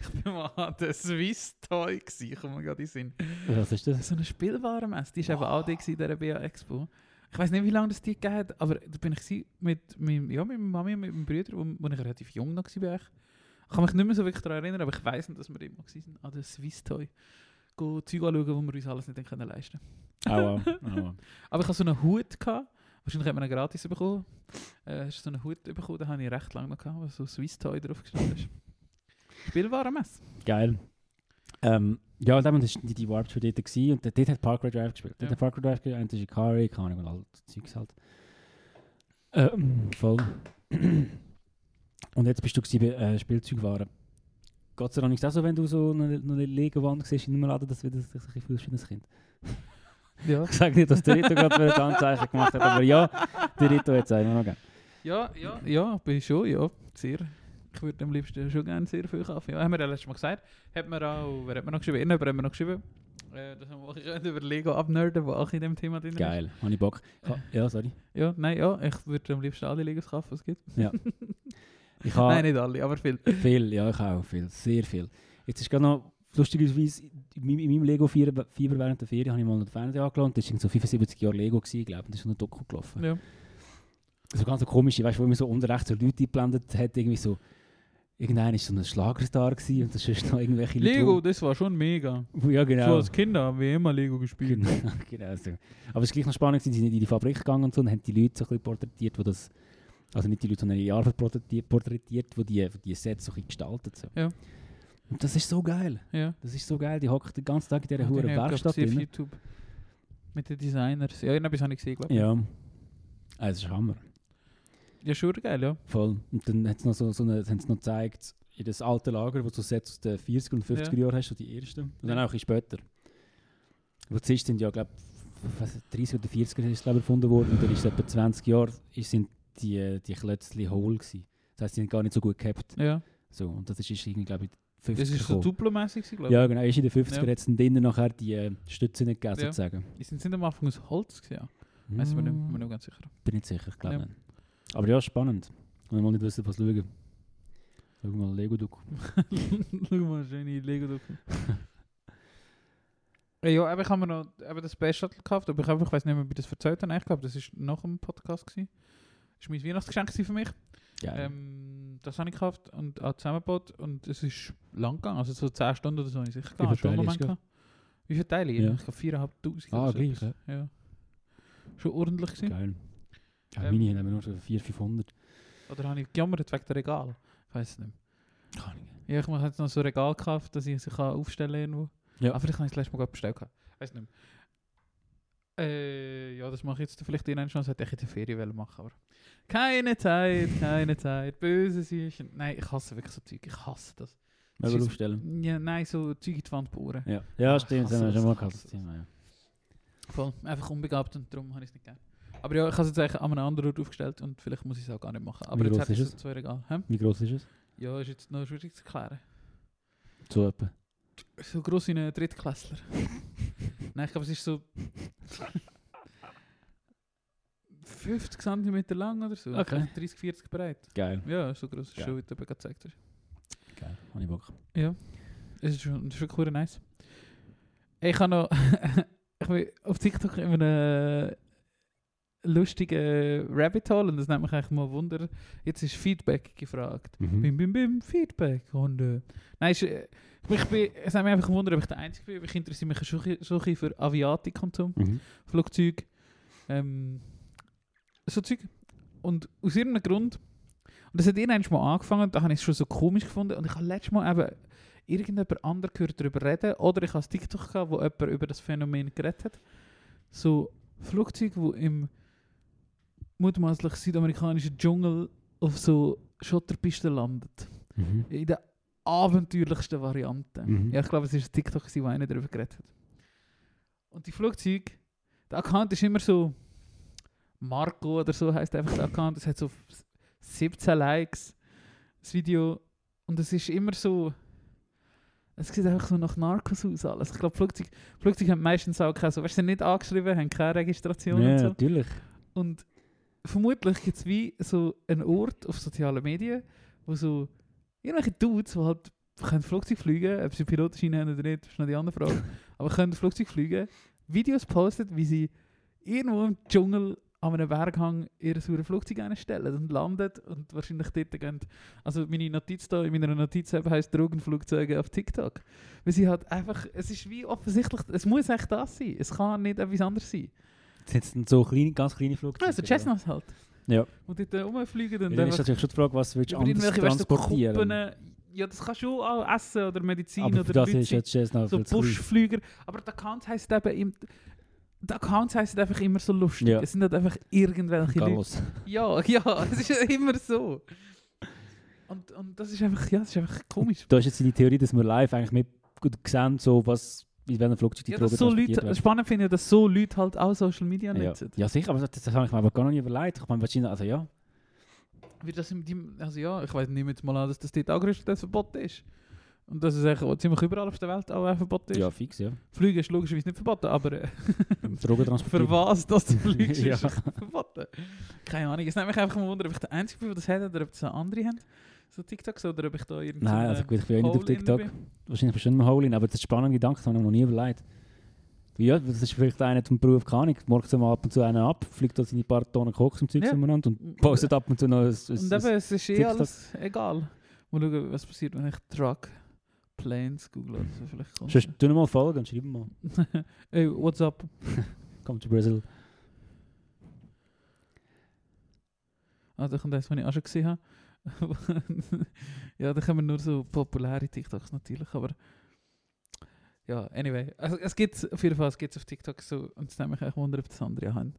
B: ich bin mal an der Swiss Toy gewesen. Ich komme gerade in den Sinn.
C: Was ist das?
B: So eine Spielwarenmesse, die war eben auch die gewesen in dieser BA Expo. Ich weiß nicht, wie lange das die gegeben hat, aber da bin ich gewesen mit, meinem, ja, mit meiner Mami und mit meinem Bruder, wo, wo ich relativ jung noch war. Ich kann mich nicht mehr so wirklich daran erinnern, aber ich weiß noch, dass wir immer waren an der Swiss Toy. Go Zeug anschauen, die wir uns alles nicht haben können leisten
C: Aua, aua.
B: Aber ich hatte so einen Hut, gehabt, Wahrscheinlich hat man ihn gratis bekommen. Äh, hast du so einen Hut bekommen, den habe ich recht lange noch gehabt, wo so Swiss Toy draufgestanden ist. Spielwarenmesse.
C: Geil. Ähm, ja, und eben, das war die, die Warped Tour dort gewesen, und dort, dort hat Parkway Drive gespielt. Dort
B: Ja.
C: hat Parkway Drive gespielt, und das ist Ikari, keine Ahnung, und all das Zeugs halt. Ähm, voll. und jetzt bist du gewesen bei äh, Spielzeugwaren. Geht es dir auch nicht auch so, wenn du so eine, eine Lego-Wand siehst in einem Laden, dass du dich ein bisschen fühlst wie ein *laughs* Kind?
B: Ja.
C: Ich sage nicht, dass der Rito gerade wieder ein Anzeichen gemacht hat, aber ja, der Rito hat es einfach noch gegeben.
B: Ja, ja, ja, bin ich schon, ja. Sehr. Ich würde am liebsten schon gerne sehr viel kaufen. Ja, haben wir ja letztes Mal gesagt. Hat man auch, wer hat mir noch geschrieben? Irgendjemand hat mir noch geschrieben. Äh, dass wir mal können über Lego abnerden, was auch in dem Thema drin ist.
C: Geil, habe ich Bock. Ich ha- Ja, sorry.
B: Ja, nein, ja, ich würde am liebsten alle Legos kaufen, was es gibt.
C: Ich *laughs* habe
B: Nein, nicht alle, aber viel.
C: viel, ja, ich auch viel, sehr viel. Jetzt ist gerade noch, lustigerweise, in meinem, in meinem Lego-Fieber Fieber während der Ferien habe ich mal den Fernseher angelangt, das war so 75 Jahre Lego, gewesen, ich glaube und das ist so eine Doku gelaufen.
B: Ja.
C: So ganz so komische, weißt du, wo mir so unter rechts so Leute eingeblendet hat, irgendwie so, irgendeiner war so ein Schlagerstar gewesen, und das ist noch irgendwelche
B: Lego,
C: Leute.
B: das war schon mega.
C: wo- Ja, genau.
B: So als Kinder haben wir immer Lego gespielt.
C: *laughs* Genau, genau so. Aber es ist gleich noch spannend, sie sind in die Fabrik gegangen und so und haben die Leute so ein bisschen porträtiert, die das, also nicht die Leute, sondern ihre Arbeit porträtiert, porträtiert die, die, die Sets so ein bisschen gestaltet. So.
B: Ja.
C: Und das ist so geil.
B: Ja.
C: Das ist so geil. Die hocken den ganzen Tag in dieser
B: Ja,
C: hohen
B: den habe ich, glaub,
C: Genau.
B: gesehen
C: Werkstatt
B: auf
C: drin.
B: YouTube. Mit den Designers. Ja, irgendwas habe ich gesehen, glaube ich.
C: Ja. Ah, das ist Hammer.
B: Ja, schon geil, ja.
C: Voll. Und dann hat es noch, so, so eine, haben sie noch gezeigt, in das alte Lager, wo du so Sets aus den 40er und 50er
B: Ja.
C: Jahren hast, so die ersten. Und dann
B: Ja.
C: auch ein bisschen später. Wo die sind ja, glaube ich, 30 oder 40er ist glaube ich, erfunden worden. Und dann ist es etwa 20 Jahre, ist- sind die, die Klötzchen hohl gewesen. Das heisst, die sind gar nicht so gut gehabt.
B: ja.
C: So, und das ist ist irgendwie, glaube ich, in den 50er
B: Das ist so
C: gekommen.
B: duplomäßig, glaube ich.
C: Ja, genau. Ist in den 50er
B: Ja.
C: ja. jetzt drinnen nachher die äh, Stützen nicht gegeben,
B: Ja.
C: sozusagen.
B: Die sind sind am Anfang aus Holz gewesen, ja. Weiß man nicht, bin mir nicht ganz sicher.
C: Bin nicht sicher, ich glaube
B: Ja.
C: nicht. Aber ja, spannend. Wenn mal nicht wissen, was schauen. Schau mal Lego-Doku. *laughs*
B: Schau mal, schöne Lego-Doku. *laughs* Äh, ja, aber ich habe mir noch eben das Space Shuttle gekauft, aber ich, hab- ich weiß nicht mehr, ob ich das erzählt habe. Nein, Ich glaube, das war nach dem Podcast. Gewesen. Das war mein Weihnachtsgeschenk gewesen für mich.
C: Ja.
B: Ähm, das habe ich gekauft und auch zusammengebaut und es ist lang gegangen, also so 10 Stunden oder so habe ich sicher
C: viele
B: gehabt.
C: Teile hast du
B: gehabt. Wie viele Teile?
C: Ja.
B: Ich glaube 4'500
C: Ah,
B: oder so
C: gleich,
B: etwas. ja. Schon ordentlich gewesen.
C: Geil. Ja,
B: Ähm,
C: meine haben wir nur so 400, 500.
B: Oder habe ich gejammert wegen der Regal? Ich weiß es nicht mehr.
C: Keine Ahnung.
B: Ja, ich habe jetzt noch so ein Regal gekauft, dass ich sie kann aufstellen kann irgendwo.
C: Ja.
B: Aber vielleicht habe ich das letzte Mal gerade bestellt. gehabt. Ich weiß nicht mehr. Äh, ja, das mache ich jetzt vielleicht in einer Chance. Hätte ich in der Ferien wollen machen aber... Keine Zeit, keine Zeit. Böse Siechen. Nein, ich hasse wirklich so Zeug. Ich hasse das.
C: Mal
B: Schieß-
C: aufstellen.
B: Ja, nein, so Zeug in die Wand bohren.
C: Ja,
B: Ah,
C: ja stimmt, das haben wir
B: krass,
C: schon mal
B: krass,
C: gehabt, das
B: krass.
C: Thema. Ja.
B: Voll, einfach unbegabt und darum habe ich es nicht gern. Aber ja, ich habe es jetzt eigentlich an einem anderen Ort aufgestellt und vielleicht muss ich es auch gar nicht machen. Aber
C: Wie
B: jetzt
C: groß
B: hätte ich
C: ist
B: so zwei Regale. Hä?
C: Wie groß ist es?
B: Ja, ist jetzt noch schwierig zu erklären.
C: So etwa.
B: So gross wie ein *laughs* Drittklässler. nein, ich glaube, es ist so... 50 cm lang oder so.
C: Okay.
B: 30, 40 breit.
C: Geil.
B: Ja, so gross ist
C: Geil.
B: schon, wie du eben gerade gezeigt hast.
C: Geil, habe ich Bock.
B: Ja, das ist schon, das ist schon cool nice. Ich habe noch *laughs* ich bin auf TikTok in einem lustigen Rabbit Hole und das nimmt mich eigentlich mal Wunder. Jetzt ist Feedback gefragt.
C: Mhm.
B: Bim, bim, bim, Feedback, Hunde. Nein, ist, äh, ich bin, es hat mich einfach gewundert, ob ich der Einzige bin. aber Ich interessiere mich schon, ein- schon ein bisschen für Aviatik-Konsum.
C: Mhm.
B: Flugzeug, ähm, so Zeug. Und aus irgendeinem Grund, und das hat irgendwann mal angefangen, da habe ich es schon so komisch gefunden und ich habe letztes Mal eben irgendjemand anderen gehört darüber reden oder ich habe ein TikTok gehabt, wo jemand über das Phänomen geredet hat. So Flugzeuge, die im mutmaßlich südamerikanischen Dschungel auf so Schotterpisten landen.
C: Mhm.
B: In der abenteuerlichsten Variante.
C: Mhm.
B: Ja, ich glaube, es war ein TikTok, gewesen, wo einer darüber geredet hat. Und die Flugzeuge, der Account ist immer so Marco oder so heißt einfach der Account. Es hat so 17 Likes, das Video. Und es ist immer so. Es sieht einfach so nach Narcos aus alles. Ich glaube, Flugzeuge, Flugzeuge haben meistens auch keine, so, weißt, du, sind nicht angeschrieben, haben keine Registration
C: Ja,
B: und so.
C: natürlich.
B: Und vermutlich gibt es wie so einen Ort auf sozialen Medien, wo so irgendwelche Dudes, die halt können Flugzeug fliegen, ob sie einen Pilotenschein haben oder nicht, ist noch die andere Frage, aber können Flugzeug fliegen, Videos postet, wie sie irgendwo im Dschungel an einem Berghang ihr sauren Flugzeug einstellen und landet und wahrscheinlich dort gehen. Also meine Notiz da, in meiner Notiz eben heisst Drogenflugzeuge auf TikTok. Weil sie halt einfach, es ist wie offensichtlich, es muss echt das sein, es kann nicht etwas anderes sein.
C: jetzt so kleine, ganz kleine Flugzeuge.
B: Also Cessnas halt.
C: Ja.
B: Und dort äh, rumfliegen
C: Ja,
B: und
C: dann ist
B: einfach
C: natürlich schon die Frage, was willst du
B: über
C: anders
B: irgendwelche weißt du, Kuppen.
C: transportieren.
B: äh, Ja, das kannst du auch essen oder Medizin
C: Aber für
B: oder
C: das
B: Leute
C: ist jetzt Cessna
B: so
C: viel zu klein.
B: Buschflüger. Aber die Accounts heissen eben im, die Accounts heissen einfach immer so lustig.
C: Ja.
B: Es sind halt einfach irgendwelche Leute.
C: Carlos.
B: Ja, *laughs* ja, es ist immer so. Und, und das ist einfach, ja, das ist einfach komisch.
C: Da ist jetzt die Theorie, dass wir live eigentlich mit gut sehen, so was in welchen Flugzeug die
B: Ja, dass
C: Drogen
B: so Leute,
C: werden.
B: spannend finde ich, dass so Leute halt auch Social Media
C: ja.
B: nutzen.
C: ja, sicher, aber das, das habe ich mir aber gar noch nicht überlegt. Ich meine, wahrscheinlich, also ja.
B: Wird das im, die- also ja, ich weiß nicht jetzt mal an, dass das dort auch größtenteils verboten ist. Und dass es eigentlich ziemlich überall auf der Welt auch äh, verboten ist.
C: Ja, fix, ja. *laughs*
B: Fliegen ist logischerweise nicht verboten, aber äh, *laughs*
C: Drogen transportieren.
B: für was
C: *laughs*
B: das du fliegst,
C: Ja.
B: ist verboten. Keine Ahnung, es nimmt mich einfach mal wunder, ob ich der Einzige bin, der das hat oder ob es noch andere haben. So TikToks oder ob ich da irgendwie...
C: Nein, also gut, ich bin ja nicht auf
B: Hole in
C: TikTok.
B: bin.
C: Wahrscheinlich bestimmt ein Hole in, aber das ist ein spannender Gedanke, das habe ich mir noch nie überlegt. Ja, das ist vielleicht einer zum Beruf, keine Ahnung. Morgens mal ab und zu einen ab, fliegt da seine paar Tonnen Koks im Zeug
B: Ja.
C: umeinander und postet ab und zu noch ein, ein,
B: Und
C: ein
B: eben, es ist eh
C: TikTok.
B: alles egal. Mal schauen, was passiert, wenn ich Truck Planes google. oder so. vielleicht kommt.
C: Sonst tu ihn mal folgen und schreib ihm mal.
B: Ey, what's up?
C: Komm zu Brasil.
B: Ah, da kommt eins, was ich auch schon gesehen habe. *laughs* ja, da kommen nur so populäre TikToks natürlich, aber ja, anyway. Also, es gibt auf jeden Fall es gibt's auf TikTok so, und es nimmt mich echt wunder, ob das andere haben.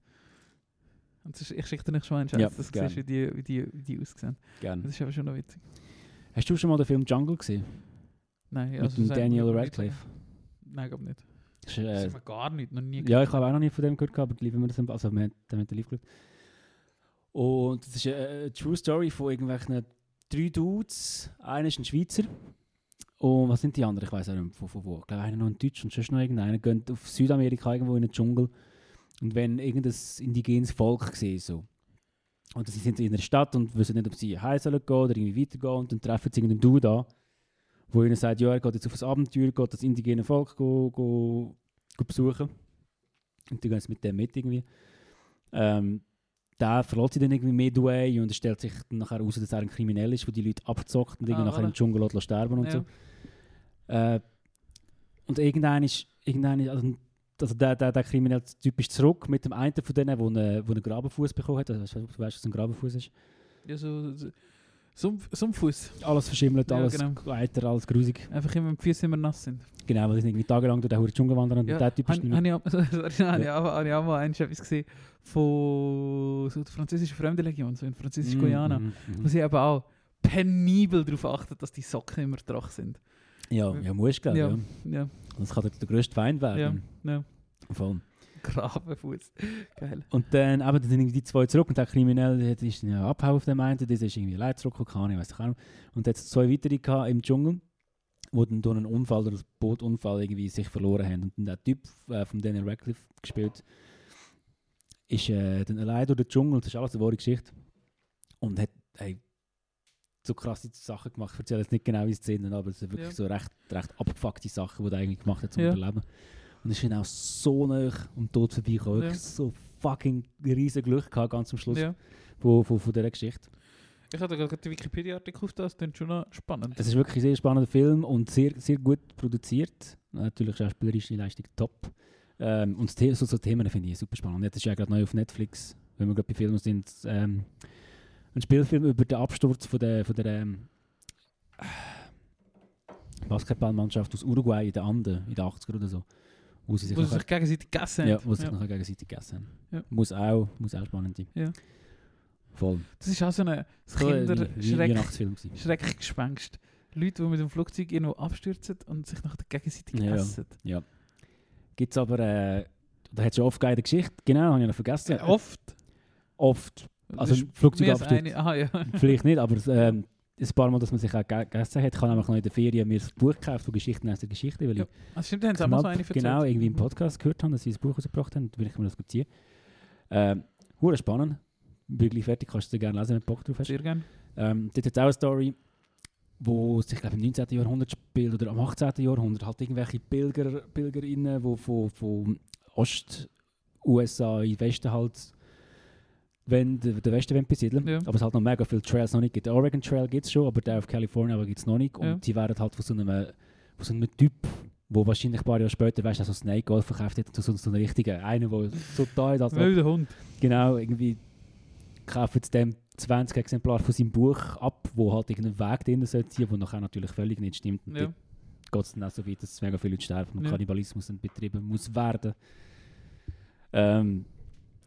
B: Und es ist, ich schicke dir nicht schon einen Scheiß,
C: Ja,
B: dass du
C: gerne.
B: siehst, wie dus die, wie, die, wie die aussehen.
C: Gerne.
B: Das ist aber schon noch witzig.
C: Hast du schon mal den Film Jungle gesehen?
B: Nein,
C: Mit dem
B: sagen wir
C: Daniel
B: nicht.
C: Radcliffe.
B: Nein, glaube nicht.
C: Das ist, äh,
B: Das ist mir gar nicht, noch nie
C: Ja, ich habe auch noch nie von dem gehört, gehabt, aber lieben wir das einfach. Also, wir haben den mit der Live gehört. Und das ist eine, eine True Story von irgendwelchen drei Dudes. Einer ist ein Schweizer. Und was sind die anderen? Ich weiß auch nicht mehr, von, von wo. Ich glaube, einer noch ein Deutsch und sonst noch irgendeiner. Gehen auf Südamerika irgendwo in den Dschungel. Und wenn irgendein indigenes Volk gesehen so. Und sie sind in der Stadt und wissen nicht, ob sie heim sollen gehen oder irgendwie weitergehen. Und dann treffen sie irgendeinen Dude an, wo ihnen sagt, ja, er geht jetzt auf ein Abenteuer, geht das indigene Volk go, go, go besuchen. Und die gehen jetzt mit dem mit irgendwie. Ähm, der verlässt sie dann irgendwie midway und es stellt sich dann nachher heraus, dass er ein Kriminell ist, der die Leute abzockt und
B: Ah,
C: irgendwie nachher
B: voilà.
C: im Dschungel lässt sterben und
B: Ja.
C: so. Äh, und irgendein ist, irgendein ist also, also der, der, der kriminelle Typ ist zurück mit dem einen von denen, wo einen, wo einen Grabenfuß bekommen hat. Also, weißt du, weißt, was ein Grabenfuß ist?
B: Ja, so, so Sumpf, Sumpffuß.
C: Alles verschimmelt,
B: Ja,
C: alles
B: genau.
C: weiter, alles grusig.
B: Einfach immer die Füße immer nass sind.
C: Genau, weil die sind irgendwie tagelang durch den verdammten Dschungel wandern und
B: Ja,
C: der Typ ist
B: Han-
C: dann mit-
B: han ich auch- *laughs* sorry, han ich auch- han ich auch mal eins etwas gesehen von so der französischen Fremdenlegion, so in
C: Mm,
B: Französisch-Guyana.
C: mhm, mhm.
B: Wo sie eben auch penibel darauf achten, dass die Socken immer trocken sind.
C: Ja, ja, musst du, ja. ja.
B: Ja, *laughs*
C: Das kann der, der grösste Feind
B: ja,
C: werden.
B: ja.
C: Voll.
B: Grabenfuß. Geil.
C: Und dann, eben, dann sind irgendwie die zwei zurück und der Kriminelle der hat- ist dann ja abgehauen auf dem einen, der ist irgendwie allein zurückgekommen, keine Ahnung, weiss ich auch nicht. Und dann hat es zwei weitere gehabt im Dschungel, die dann durch einen Unfall, durch einen Bootunfall irgendwie sich verloren haben. Und dann der Typ äh, von Daniel Radcliffe gespielt, ist äh, dann allein durch den Dschungel, das ist alles eine wahre Geschichte, und hat hey, so krasse Sachen gemacht. Ich erzähle jetzt nicht genau, wie es sind, aber es sind wirklich
B: Ja.
C: so recht, recht abgefuckte Sachen, die er eigentlich gemacht hat, zum
B: Ja.
C: Überleben. Und ist dann auch so nah am Tod vorbeigekommen.
B: Ja.
C: Wirklich so fucking riesen Glück gehabt, ganz am Schluss
B: Ja.
C: von, von, von dieser Geschichte.
B: Ich hatte gerade den Wikipedia-Artikel auf das, das ist schon noch spannend.
C: Es ist wirklich ein sehr spannender Film und sehr, sehr gut produziert. Natürlich schauspielerische Leistung top. Ähm, und das The- so, so Themen finde ich super spannend. Jetzt ist ja gerade neu auf Netflix, wenn wir gerade bei Filmen sind, ähm, ein Spielfilm über den Absturz von der, von der ähm, Basketballmannschaft aus Uruguay in den Anden, in den 80er oder so. Wo sie sich
B: Wo sie
C: nachher-
B: sich gegenseitig gegessen haben.
C: Ja, was sich
B: Ja.
C: nachher gegenseitig gegessen haben.
B: Ja.
C: Muss, auch, muss auch spannend sein.
B: Ja.
C: Voll.
B: Das ist auch so ein
C: So äh, ein Wie-
B: Kinderschreck.
C: Weihnachtsfilm gewesen.
B: Schreckgespenst. Leute, die mit dem Flugzeug irgendwo abstürzen und sich nachher gegenseitig
C: Ja, ja.
B: essen.
C: Gibt es aber, äh, da hat es ja oft geile Geschichte, genau, habe ich noch vergessen.
B: Ja, oft.
C: Oft.
B: Das
C: Also
B: ist mehr als
C: Flugzeugabsturz.
B: eine- Aha, ja.
C: Vielleicht nicht, aber ähm, ein paar Mal, dass man sich auch ge- gegessen hat, kann nämlich noch in der Ferien mir ein Buch gekauft von Geschichten aus der Geschichte, weil
B: Ja,
C: ich
B: Ah, stimmt, da haben sie auch mal
C: knapp,
B: so eine erzählt.
C: genau irgendwie im
B: Mhm.
C: Podcast gehört habe, dass sie ein Buch rausgebracht haben, will ich mir das gut ziehen. Ähm, hure spannend. Wirklich fertig, kannst du gerne lesen, wenn du Bock drauf hast.
B: Sehr gerne.
C: Ähm, dort hat es auch eine Story, wo es, ich glaube, im 19. Jahrhundert spielt oder am 18. Jahrhundert halt irgendwelche Pilger, Pilgerinnen, die von, von Ost-USA in den Westen halt wenn den den Westen wollen besiedeln
B: Ja.
C: Aber es halt noch mega viele Trails noch nicht gibt. Der Oregon Trail gibt es schon, aber der auf Kalifornien gibt es noch nicht. Und
B: Ja.
C: die werden halt von so einem, von so einem Typ wo wahrscheinlich ein paar Jahre später, weißt du, so Snake Golf verkauft hat, zu so, so einen richtigen, einen, der total das
B: Wilder Hund.
C: Genau, irgendwie kaufen sie dem 20 Exemplare von seinem Buch ab, wo halt irgendein Weg drin sein sollte, der nachher natürlich völlig nicht stimmt. Und
B: Ja.
C: geht es dann auch so weit, dass mega viele Leute sterben und
B: Ja.
C: Kannibalismus dann betrieben muss werden. Ähm,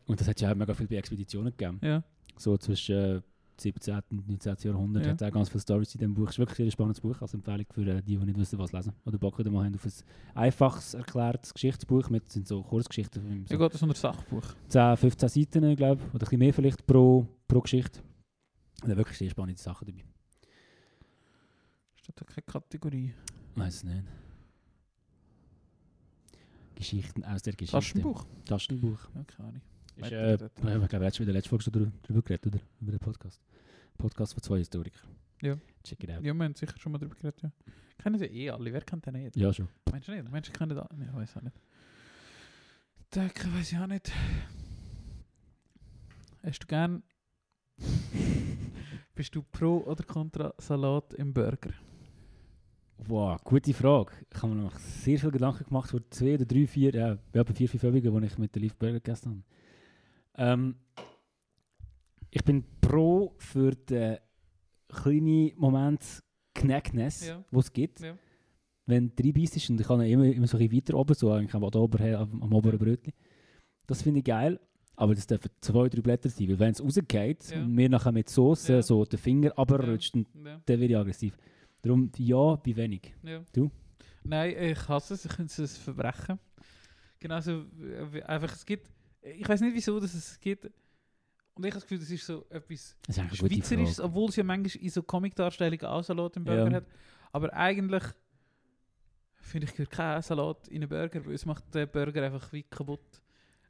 C: und das hat ja auch mega viel bei Expeditionen gegeben.
B: ja.
C: So zwischen äh, 17. und 19. Jahrhundert
B: Ja.
C: hat es auch ganz viele Stories in diesem Buch. Es ist wirklich ein spannendes Buch, als Empfehlung für äh, die, die nicht wissen, was lesen. Oder Bock haben, haben auf ein einfaches erklärtes Geschichtsbuch mit sind so Kurzgeschichten. von
B: Ja,
C: so
B: geht das unter Sachbuch.
C: 10, 15 Seiten, glaube ich, oder ein bisschen mehr vielleicht pro, pro Geschichte. Und da wirklich sehr spannende Sachen dabei.
B: Steht da keine Kategorie.
C: Weiß es nicht. Geschichten aus der Geschichte.
B: Taschenbuch?
C: Taschenbuch.
B: Ja, keine Ahnung.
C: Ist, äh, ich glaube, letztes, in der letzten Folge schon drü- drüber geredet, oder? Über den Podcast. Podcast von zwei Historikern.
B: Ja.
C: Check it out. Ja,
B: Ja, wir haben sicher schon mal darüber geredet, ja. Kennen sie eh alle, wer kennt den nicht?
C: schon.
B: Menschen nicht, Menschen kennen das. Ich weiß auch nicht. Decken weiß ich auch nicht. Hast du
C: *laughs*
B: gern. Bist du pro oder contra Salat im Burger?
C: Wow, gute Frage. Ich habe mir noch sehr viel Gedanken gemacht vor zwei oder drei, vier, äh, ja, bei vier, fünf Übungen, die ich mit der Live Burger gegessen habe. Ähm, ich bin pro für den kleinen Moment Knäckness,
B: Ja.
C: wo es gibt.
B: Ja.
C: Wenn du reinbeißt ist und ich kann immer, immer so ein bisschen weiter oben, so eigentlich am, oben, am, am oberen Brötchen. Das finde ich geil, aber das dürfen zwei, drei Blätter sein, weil wenn es rausgeht
B: Ja.
C: und mir nachher mit Soße
B: Ja.
C: so den Finger runterrutscht, und
B: Ja,
C: dann werde ich aggressiv. Darum ja, bei wenig.
B: ja.
C: Du?
B: Nein, ich hasse es, ich könnte es verbrechen. Genauso wie einfach, es gibt. Ich weiß nicht, wieso dass es gibt. Und ich habe das Gefühl, das ist so etwas.
C: Das ist eigentlich eine gute
B: Schweizerisch,
C: Frage.
B: obwohl es ja manchmal in so Comic-Darstellungen auch Salat im Burger
C: Ja.
B: hat. Aber eigentlich finde ich gehört kein Salat in einen Burger, weil es macht den Burger einfach wie kaputt.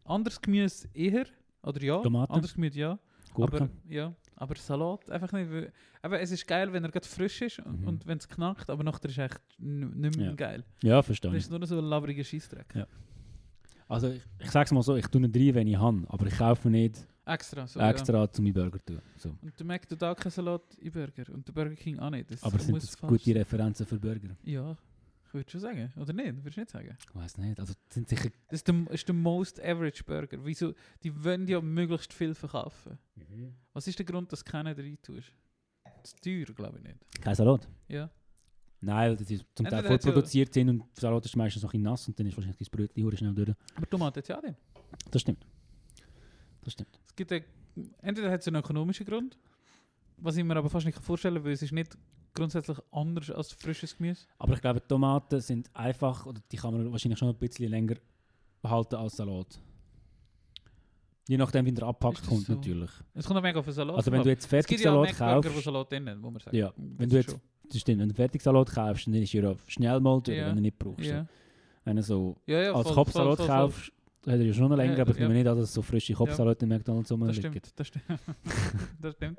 B: Anderes Gemüse eher, oder ja,
C: Tomaten.
B: anderes Gemüse ja.
C: Gurken.
B: Aber, ja, aber Salat einfach nicht. Weil, aber es ist geil, wenn er gerade frisch ist und,
C: Mhm.
B: und wenn es knackt, aber nachher ist es echt n- nicht mehr
C: Ja.
B: geil.
C: ja,
B: Das
C: verstehe ich.
B: ist nur noch so ein labriger Scheissdreck.
C: Ja. Also ich, ich sage es mal so, ich tue ihn rein, wenn ich habe, aber ich kaufe ihn nicht
B: Extra. So, Ja.
C: extra, um meinen Burger zu tun. So.
B: Und der Mac tut auch keinen Salat in Burger und der Burger King auch nicht. Das
C: Aber sind
B: muss
C: das
B: fast-
C: gute Referenzen für Burger?
B: Ja, ich würde schon sagen. Oder nicht? Würdest du nicht sagen?
C: Ich weiß nicht, also das sind sicher...
B: Das ist der, ist der most average Burger. Wieso? Die wollen ja möglichst viel verkaufen.
C: Mhm.
B: Was ist der Grund, dass keiner da rein tust? Das ist teuer, glaube ich nicht.
C: Kein Salat?
B: Ja.
C: Nein, weil das ist zum Teil
B: Entweder hat sie-
C: vorproduziert sind und Salat ist meistens noch ein bisschen nass und dann ist wahrscheinlich das Brötchen hure schnell durch.
B: Aber Tomaten hat ja auch den.
C: Das stimmt. Das stimmt.
B: Es gibt einen, entweder hat es einen ökonomischen Grund, was ich mir aber fast nicht vorstellen kann, weil es ist nicht grundsätzlich anders als frisches Gemüse.
C: Aber ich glaube, Tomaten sind einfach, oder die kann man wahrscheinlich schon ein bisschen länger behalten als Salat. Je nachdem, wie der Abpackt
B: Ist das
C: kommt
B: so?
C: natürlich.
B: Es kommt auch mega auf den Salat
C: Also wenn
B: drauf.
C: du jetzt
B: es gibt ja
C: Fertigsalat
B: auch Mac-Burger,
C: kaufst...
B: wo Salat drin haben, muss man sagen.
C: Ja,
B: Das
C: wenn du
B: ist
C: jetzt- Das stimmt, wenn du Fertigsalat kaufst, dann ist er ja schnell mal durch,
B: Ja.
C: wenn du nicht
B: schon-
C: brauchst.
B: Ja.
C: Wenn du so
B: Ja, ja,
C: als
B: voll,
C: Kopfsalat
B: voll, voll, voll.
C: kaufst, hat er ja schon noch länger,
B: Ja,
C: aber ich
B: ja.
C: nehme nicht an, dass so frische Kopfsalat in McDonalds
B: Das
C: rumliegen.
B: stimmt, das stimmt. *laughs* das stimmt.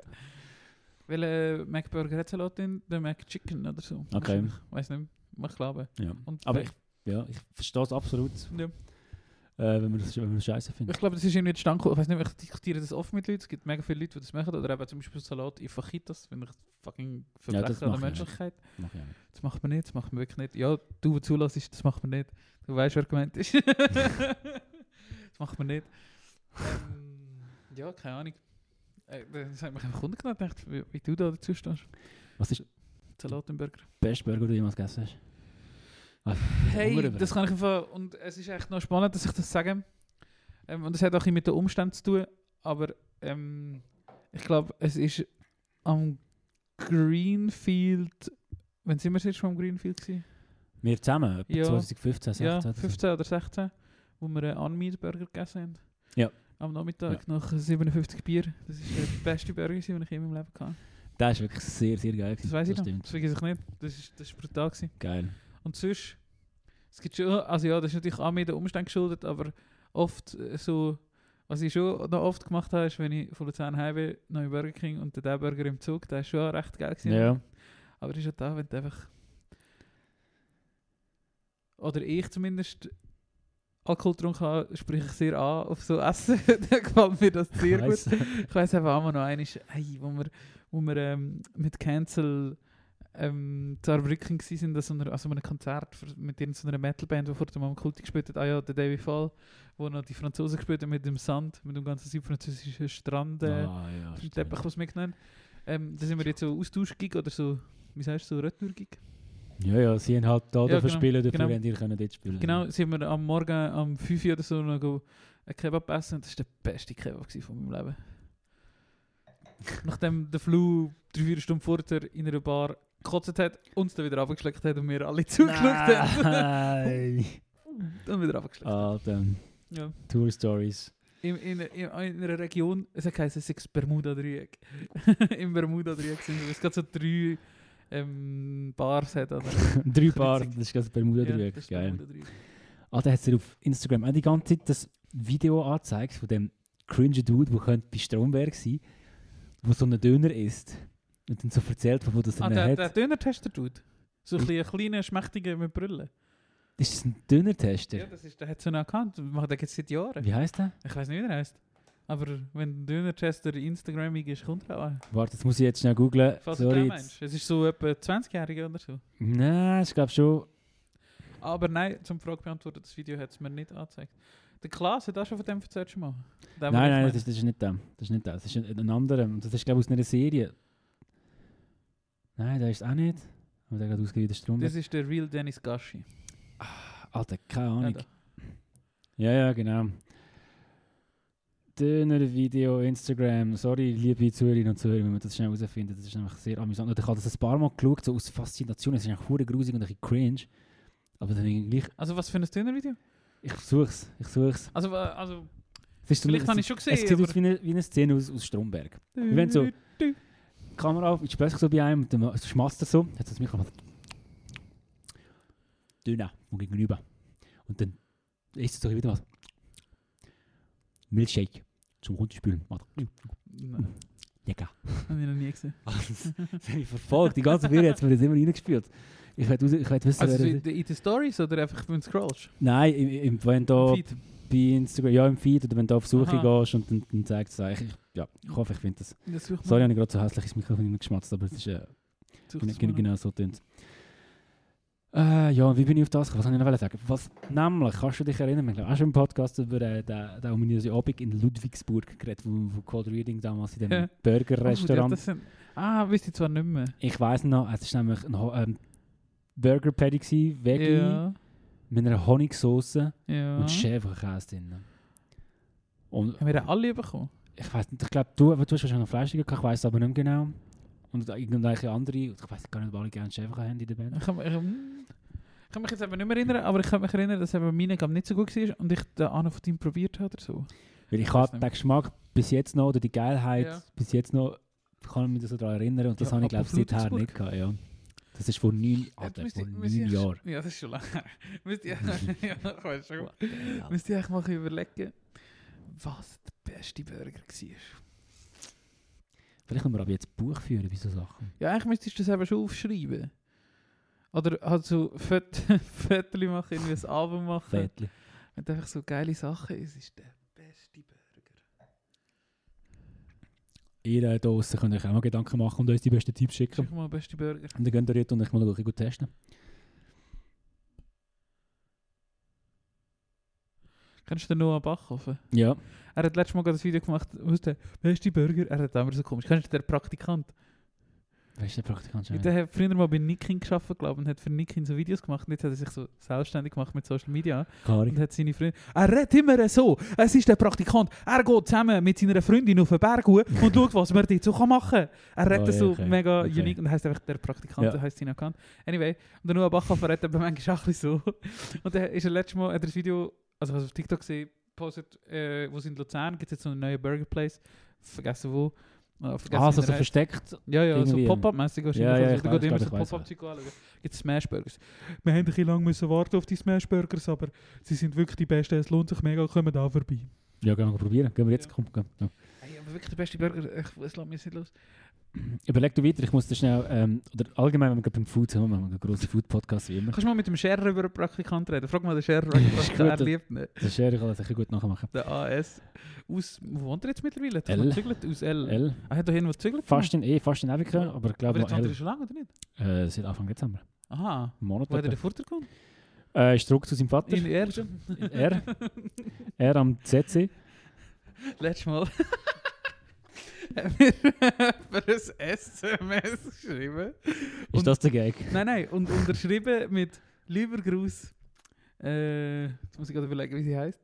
B: Weil äh, McBurger hat Salat in, der McChicken oder so. *laughs*
C: Okay.
B: Weiß nicht, mach glauben.
C: Ja.
B: Und
C: Aber ich, ja, ich verstehe es absolut,
B: ja.
C: äh, wenn man das, wenn man das scheiße findet.
B: *laughs* Ich glaube, das ist irgendwie entstanden. gekommen. Ich weiß nicht, ich diskutiere das oft mit Leuten. Es gibt mega viele Leute, die das machen. Oder eben zum Beispiel Salat in Fajitas, wenn ich fucking
C: Ja,
B: verbreche
C: das
B: an
C: mache
B: der
C: ich nicht.
B: Menschlichkeit.
C: Mach ich auch nicht.
B: Das macht man nicht, das macht man wirklich nicht. Ja, du, der zulässt, das macht man nicht. Du weißt, wer gemeint *laughs* ist. das macht man nicht. Ähm, ja, keine Ahnung. Äh, Das hat mich einfach ungenannt, gedacht, wie, wie du da dazu stehst.
C: Was ist der
B: Salat im Burger.
C: beste Burger, den du jemals gegessen hast? Ah,
B: Hey,
C: Hunger
B: das kann ich einfach. Und es ist echt noch spannend, dass ich das sage. Ähm, und es hat auch ein bisschen mit den Umständen zu tun. Aber ähm, ich glaube, es ist am Greenfield. Wann sind wir das letzte Mal am Greenfield? Gewesen?
C: Wir zusammen, etwa
B: Ja.
C: 2015, 16.
B: Ja,
C: 2015.
B: 15 oder 16, wo wir einen Unmeat Burger gegessen haben.
C: Ja.
B: Am Nachmittag nach 57 Bier. Das ist der beste Burger, gewesen, den ich je in meinem Leben hatte.
C: Der ist wirklich sehr, sehr geil. gewesen.
B: Das weiß ich noch.
C: stimmt.
B: Das vergesse ich nicht. Das ist, das ist brutal. Gewesen.
C: Geil.
B: Und sonst, es gibt schon, also ja, das ist natürlich auch mir den Umständen geschuldet, aber oft äh, so, was ich schon noch oft gemacht habe, ist, wenn ich von Luzern heim bin, noch in Burger King und der Burger im Zug, der ist schon auch recht geil gewesen.
C: Ja.
B: Aber es ist ja da, wenn du einfach, oder ich zumindest, Alkohol getrunken habe, spreche ich sehr an auf so Essen, *laughs* dann gefällt mir das sehr gut.
C: *laughs* Weiss.
B: Ich weiß einfach auch mal noch einen, wo wir, wo wir ähm, mit Cancel ähm, zu Arbrücken waren, an so einer, also einem Konzert für, mit irgendeiner Metalband, die vor dem Moment Kulti gespielt hat. Ah ja, der David Fall, wo noch die Franzosen gespielt haben mit dem Sand, mit dem ganzen südfranzösischen Strand. Äh,
C: ah,
B: *laughs*
C: ja,
B: Auf dem
C: stimmt.
B: Teppich, was mitgenommen. Ähm, da sind wir jetzt so Austausch-Gig oder so, wie sagst du, so Retour-Gig.
C: ja, ja, sie haben halt da
B: Ja,
C: dafür
B: genau,
C: spielen, dafür
B: genau.
C: haben die können dort spielen.
B: Genau, sind wir am Morgen um 5 Uhr oder so noch go einen Kebab essen und das war der beste Kebab gewesen von meinem Leben. Nachdem der Flu drei, vier Stunden vorher in einer Bar gekotzt hat, uns dann wieder abgeschleckt hat und wir alle *laughs* zugeschaut
C: *laughs*
B: haben. *laughs*
C: Nein.
B: und wieder abgeschleckt.
C: Ah. Alter,
B: Ja.
C: Tour Stories. *laughs*
B: In, in, in, in einer Region, es heisst, es ist Bermuda-Dreieck. *laughs* Im Bermuda-Dreieck sind wir, es gerade so drei ähm, Bars hat. Oder?
C: Drei Paar,
B: Witzig.
C: das ist ganz Bermuda
B: Ja,
C: drüber.
B: das ist
C: Geil.
B: Bermuda-Dreieck.
C: Ah, der hat sich auf Instagram auch die ganze Zeit das Video angezeigt von dem cringe Dude, der könnte bei Stromberg sein der so einen Döner isst. Und dann so erzählt, von wo das
B: Ah,
C: denn
B: der,
C: hat.
B: der Döner-Tester tut. So ein
C: Ich-
B: bisschen- ein kleiner, schmächtiger mit Brille.
C: Ist das ein Döner-Tester?
B: Ja, das ist, der hat so einen Account, macht den jetzt seit Jahren.
C: Wie heißt der?
B: Ich weiß nicht, wie der heißt. Aber wenn ein Döner-Tester Instagrammig ist, kommt er auch.
C: Warte, das muss ich jetzt schnell googlen.
B: Falls du den
C: Sorry.
B: meinst. Es ist so etwa 20-Jährige oder so.
C: jetzt- Nein, ich glaube schon.
B: Aber nein, zum Frage beantwortet, das Video hat es mir nicht angezeigt. Der Klaas hat auch schon von dem erzählt schon mal. Der,
C: nein,
B: wo
C: nein,
B: ich
C: das ist, das ist nicht der. Das ist nicht der. Das ist ein, ein anderer. Und Das ist, glaube ich, aus einer Serie. Nein, der ist auch nicht. Aber der hat gerade ausgewählt,
B: meine.
C: der Stromberg.
B: das ist der Real Dennis Gashi.
C: Alter, keine
B: Ja,
C: Ahnung.
B: da.
C: Ja, ja, genau. Dünner Video, Instagram. Sorry, liebe Zuhörerinnen und Zuhörer, wenn wir das schnell herausfinden. Das ist einfach sehr amüsant. Und ich habe das ein paar Mal geschaut, so aus Faszination. Es ist eigentlich hure grusig und ein bisschen cringe. Aber dann irgendwie gleich,
B: Also, was für ein Döner-Video?
C: ich suche es, ich suche es.
B: Also, äh, also
C: ist
B: vielleicht habe ich
C: es,
B: schon gesehen.
C: es sieht aus
B: aber-
C: wie eine, wie eine Szene aus, aus Stromberg. Wir wollen so- Die Kamera auf, ich spreche so bei einem, und dann schmatzt er so. Jetzt das Mikrofon. Dünner, und gegenüber. Und dann isst er so wieder was. Milchshake zum Runterspülen. Macht
B: Nein, *laughs*
C: lecker.
B: habe ich noch nie gesehen.
C: Also, das habe ich verfolgt. Die ganze Welt hat mir das immer reingespürt. Ich wollte raus- ich wollte wissen,
B: Also,
C: wer
B: in
C: das ist.
B: den Stories oder einfach, wenn du scrollst?
C: Nein, im, im, wenn
B: Im
C: du
B: Feed?
C: bei Instagram, ja, im Feed oder wenn du auf Suche
B: Aha.
C: gehst und dann, dann zeigt es eigentlich. Ja, ich hoffe, ich finde das.
B: Das sucht man-
C: Sorry, habe ich gerade so hässlich ins Mikrofon hineingeschmatzt, aber es ist äh,
B: sucht
C: genau,
B: es mal.
C: genau so tönt. Äh, ja, und wie bin ich auf das gekommen? Was wollte ich noch sagen? Was, nämlich, kannst du dich erinnern, wir haben auch schon im Podcast über äh, den, den ominösen Abend in Ludwigsburg geredet, wo, wo Cold Reading damals in dem
B: Ja. Oh, die hat
C: Burger-Restaurant
B: das sind- Ah, wisst ihr zwar nicht mehr.
C: Ich weiß noch, es war nämlich ein Ho- ähm, Burger Patty, gewesen, Veggie,
B: Ja,
C: mit einer Honigsauce
B: ja.
C: und Schäferkäse drin. Und
B: Haben wir den alle bekommen?
C: ich weiß nicht, ich glaube, du, du hast wahrscheinlich noch Fleisch gehabt, ich weiß aber nicht mehr genau. Und irgendwelche andere, ich weiß gar nicht, ob alle gerne Schäferkäse haben in der Band.
B: Ich kann, mich- ich, hm. ich kann mich jetzt eben nicht mehr erinnern, aber ich kann mich erinnern, dass eben meine Gamm nicht so gut war und ich den einen von ihm probiert habe oder so.
C: Weil ich
B: Ich weiss
C: habe
B: nicht
C: den Geschmack bis jetzt noch, oder die Geilheit
B: Ja.
C: bis jetzt noch, kann ich mich so daran erinnern und das
B: Ja,
C: habe ich
B: ab
C: glaube
B: auf
C: seither
B: Ludwigsburg.
C: nicht gehabt, ja. Das ist vor neun, Alter,
B: Müsst
C: vor
B: ihr- müsst ihr-
C: neun Jahren.
B: Ja, das ist schon *laughs* lange her. Müsst ihr- ja, ich weiß schon. Müsst ihr euch mal überlegen, was der beste Burger war.
C: Vielleicht können wir aber jetzt Buch führen bei so Sachen.
B: Ja, eigentlich müsstest du das eben schon aufschreiben. Oder halt so Föt *laughs* Fötterchen machen, irgendwie ein Album machen.
C: Fettli.
B: Wenn du einfach so geile Sachen isst, ist der beste Burger.
C: Ihr äh, da draussen könnt euch auch mal Gedanken machen und uns die besten Tipps schicken.
B: Schick mal beste Burger.
C: Und dann geht ihr dort und ich mal noch ein bisschen gut testen.
B: Kennst du den Noah Bachhofen?
C: Ja.
B: Er hat letztes Mal gerade ein Video gemacht, aus der beste Burger. Er hat auch immer so komisch. Kennst du den Praktikant?
C: Weißt du, der Praktikant schon.
B: Der hat früher mal bei Nikin gearbeitet, glaube ich, und hat für Nikin so Videos gemacht. Und jetzt hat er sich so selbstständig gemacht mit Social Media.
C: Karin.
B: Und hat seine Freundin... Er redet immer so. Es ist der Praktikant. Er geht zusammen mit seiner Freundin auf den Berg hoch und schaut, was man dort so kann machen kann. Er redet
C: Oh ja,
B: so
C: okay,
B: mega
C: okay.
B: unique und heisst einfach der Praktikant,
C: Ja.
B: ja. heisst sein Account. Anyway, und der Noah Bachhofer redet eben manchmal auch ein bisschen so. Und dann ist er letztes Mal, hat er ein Video, also hast auf TikTok gesehen, postet, äh, wo sind in Luzern, gibt es jetzt so einen neuen Burger Place, vergessen wo. Ah, vergessen,
C: Ah,
B: wie der
C: so, so
B: heisst.
C: versteckt.
B: Ja, ja, so
C: Irgendwie.
B: Pop-Up-mäßig wahrscheinlich.
C: Ja, ja,
B: also,
C: ich
B: da
C: weiß,
B: geht immer
C: ich
B: so
C: weiß,
B: Pop-Up zu anschauen. Gibt Smashburgers. Wir haben ein bisschen lange müssen warten auf die Smashburgers, aber sie sind wirklich die besten. Es lohnt sich mega, kommen da vorbei.
C: Ja, gehen wir probieren. Gehen wir jetzt.
B: Ja.
C: Komm, gehen. Ja.
B: Hey, aber wirklich der beste Burger. eh, Ich, es lässt mich nicht los.
C: Überleg du weiter, ich muss da schnell, ähm, oder allgemein, wenn wir gerade beim Food haben, wir haben einen grossen Food-Podcast wie immer.
B: Kannst du mal mit dem Scherer über einen Praktikant reden? Frag mal den Scherer,
C: *laughs* Ist
B: was
C: gut,
B: er
C: das-
B: liebt. ihn.
C: Das Schere kann das sicher gut nachmachen.
B: Der AS. Aus, wo wohnt er jetzt mittlerweile? Hat er
C: L.
B: noch gezügelt? Aus L.
C: L.
B: Er hat da hinten was gezügelt?
C: Fast in E, fast in Ewika, aber ich
B: Aber
C: glaube
B: jetzt
C: noch
B: wohnt er
C: L.
B: schon lange, oder nicht?
C: Äh, seit Anfang Dezember.
B: Aha.
C: Einen Monat
B: Wo hat er
C: etwa.
B: den Vorteil gekommen?
C: Äh, ist zurück zu seinem Vater. *laughs*
B: In Erden.
C: In R. R am ZC.
B: Letztes *laughs* Mal haben wir für ein SMS geschrieben.
C: Ist
B: Und-
C: das der Gag?
B: Nein, nein, und unterschrieben mit lieber Gruß. Äh, jetzt muss ich gerade überlegen, wie sie heißt.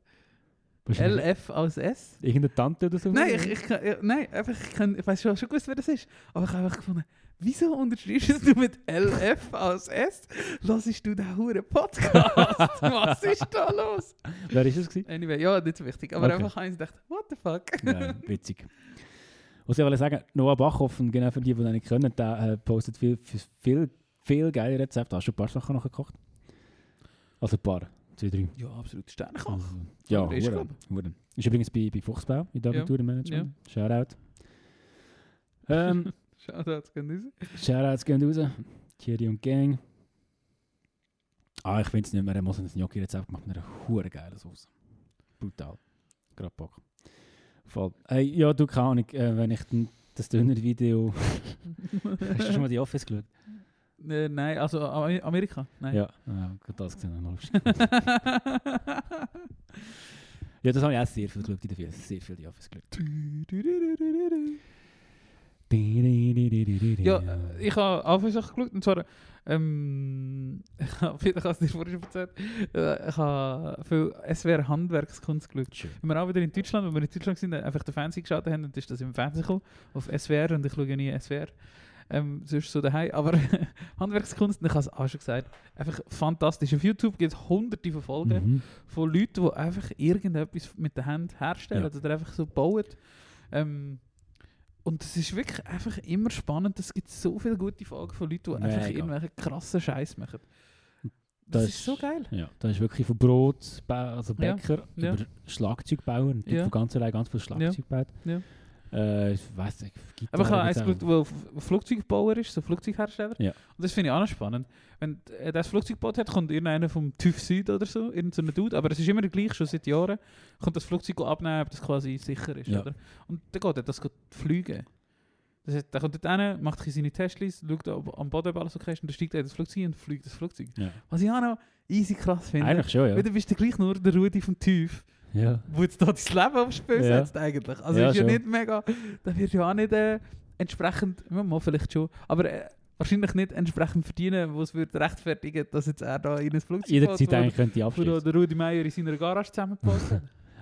C: Wahrscheinlich
B: LF als S.
C: Irgendeine Tante oder so?
B: Nein, ich, ich, kann- ja, nein, einfach, ich, kann, ich weiß schon, schon gewusst, wer das ist. Aber ich habe einfach gefunden, wieso unterschreibst du mit LF als S? Lassest du den Huren *laughs* Podcast? Was ist da los?
C: Wer ist es gewesen?
B: Anyway, ja, nicht so wichtig. Aber
C: Okay.
B: einfach eins dachte, what the fuck?
C: Ja, witzig. Was ich wollte sagen, Noah Bachhoff, und genau für die, die das nicht können, der äh, postet viel, viel, viel, viel geile Rezepte. Hast du ein paar Sachen noch gekocht? Also ein paar, zwei, drei.
B: Ja, absolut Sternenkopf.
C: Also, ja,
B: Aber ist
C: hure,
B: gut.
C: hure. Ist übrigens bei, bei Fuchsbau in der
B: Ja,
C: Agentur im Management. Shoutout. Ähm,
B: Shoutouts gehen raus.
C: Shoutouts gehen raus. Thierry und Gang. Ah, ich finde es nicht mehr. Er muss ein Gnocchi-Rezept gemacht mit einer hure geilen Sauce. Brutal. Gerade Bock. Voll. Ey, ja, du, keine Ahnung, äh, wenn ich den, das Döner-Video... Hast du schon mal die Office geschaut?
B: Äh, nein, also Am- Amerika. Nein. *laughs*
C: Ja. Ja, gut, das gesehen. habe ich noch lustig. *laughs* ja, das habe ich auch sehr viel geschaut in der Ferien. Sehr viel die Office geschaut.
B: Ja, äh, ich habe auf eine Sache geschaut, und zwar, *laughs* ähm, ich habe, ich habe es dir vorhin schon erzählt, äh, ich habe viel SWR Handwerkskunst geschaut.
C: Schön.
B: Wenn wir auch wieder in Deutschland, wenn wir in Deutschland sind, einfach den Fernsehen geschaut haben, dann ist das im Fernsehen gekommen, auf SWR, und ich schaue nie SWR. Ähm, sonst so daheim, aber *laughs* Handwerkskunst, und ich habe es auch schon gesagt, einfach fantastisch. Auf YouTube gibt es hunderte von Folgen.
C: Mhm.
B: von Leuten, die einfach irgendetwas mit der Hand herstellen
C: Ja.
B: oder einfach so bauen. Ähm, und es ist wirklich einfach immer spannend. Es gibt so viele gute Folgen von Leuten, die einfach
C: Mega.
B: irgendwelche krassen Scheiß machen. Das,
C: Das
B: ist so geil.
C: Ja, da ist wirklich von Brot, also
B: Ja,
C: Bäcker,
B: ja.
C: über Schlagzeugbauer. Ein Typ,
B: Ja.
C: der ganz allein ganz viel Schlagzeug baut.
B: ja.
C: Äh, ich weiß nicht,
B: Aber
C: Gitarre,
B: ich habe eins
C: Gitarre.
B: geschaut, wo F- Flugzeugbauer ist, so Flugzeughersteller.
C: Ja.
B: Und das finde ich auch noch spannend. Wenn äh, das Flugzeug gebaut hat, kommt irgendeiner vom TÜV Süd oder so, irgendeiner Dude, aber es ist immer gleich, schon seit Jahren, kommt das Flugzeug abnehmen, ob das nou, quasi sicher ist,
C: Ja.
B: oder? Und dann geht er das geht fliegen. Das heißt, der kommt dort hin, macht ein bisschen seine Tests, schaut ob am Boden ob alles Dus okay ist, und dann steigt er in das Flugzeug und fliegt das Flugzeug.
C: Ja.
B: Was ich auch noch easy krass finde,
C: Eigentlich schon,
B: weil
C: ja.
B: du bist du gleich nur der Rudi vom TÜV
C: ja.
B: wo jetzt da dein Leben aufs Spiel
C: Ja.
B: setzt eigentlich. Also
C: Ja,
B: ist ja
C: schon.
B: nicht mega, da wird ja auch nicht äh, entsprechend, ja, mal vielleicht schon, aber äh, wahrscheinlich nicht entsprechend verdienen, wo es würde rechtfertigen, dass jetzt er da in ein Flugzeug
C: Jederzeit
B: wo-
C: eigentlich könnte ich
B: wo da
C: abschließen.
B: der Rudi Meier in seiner Garage zusammenpasst.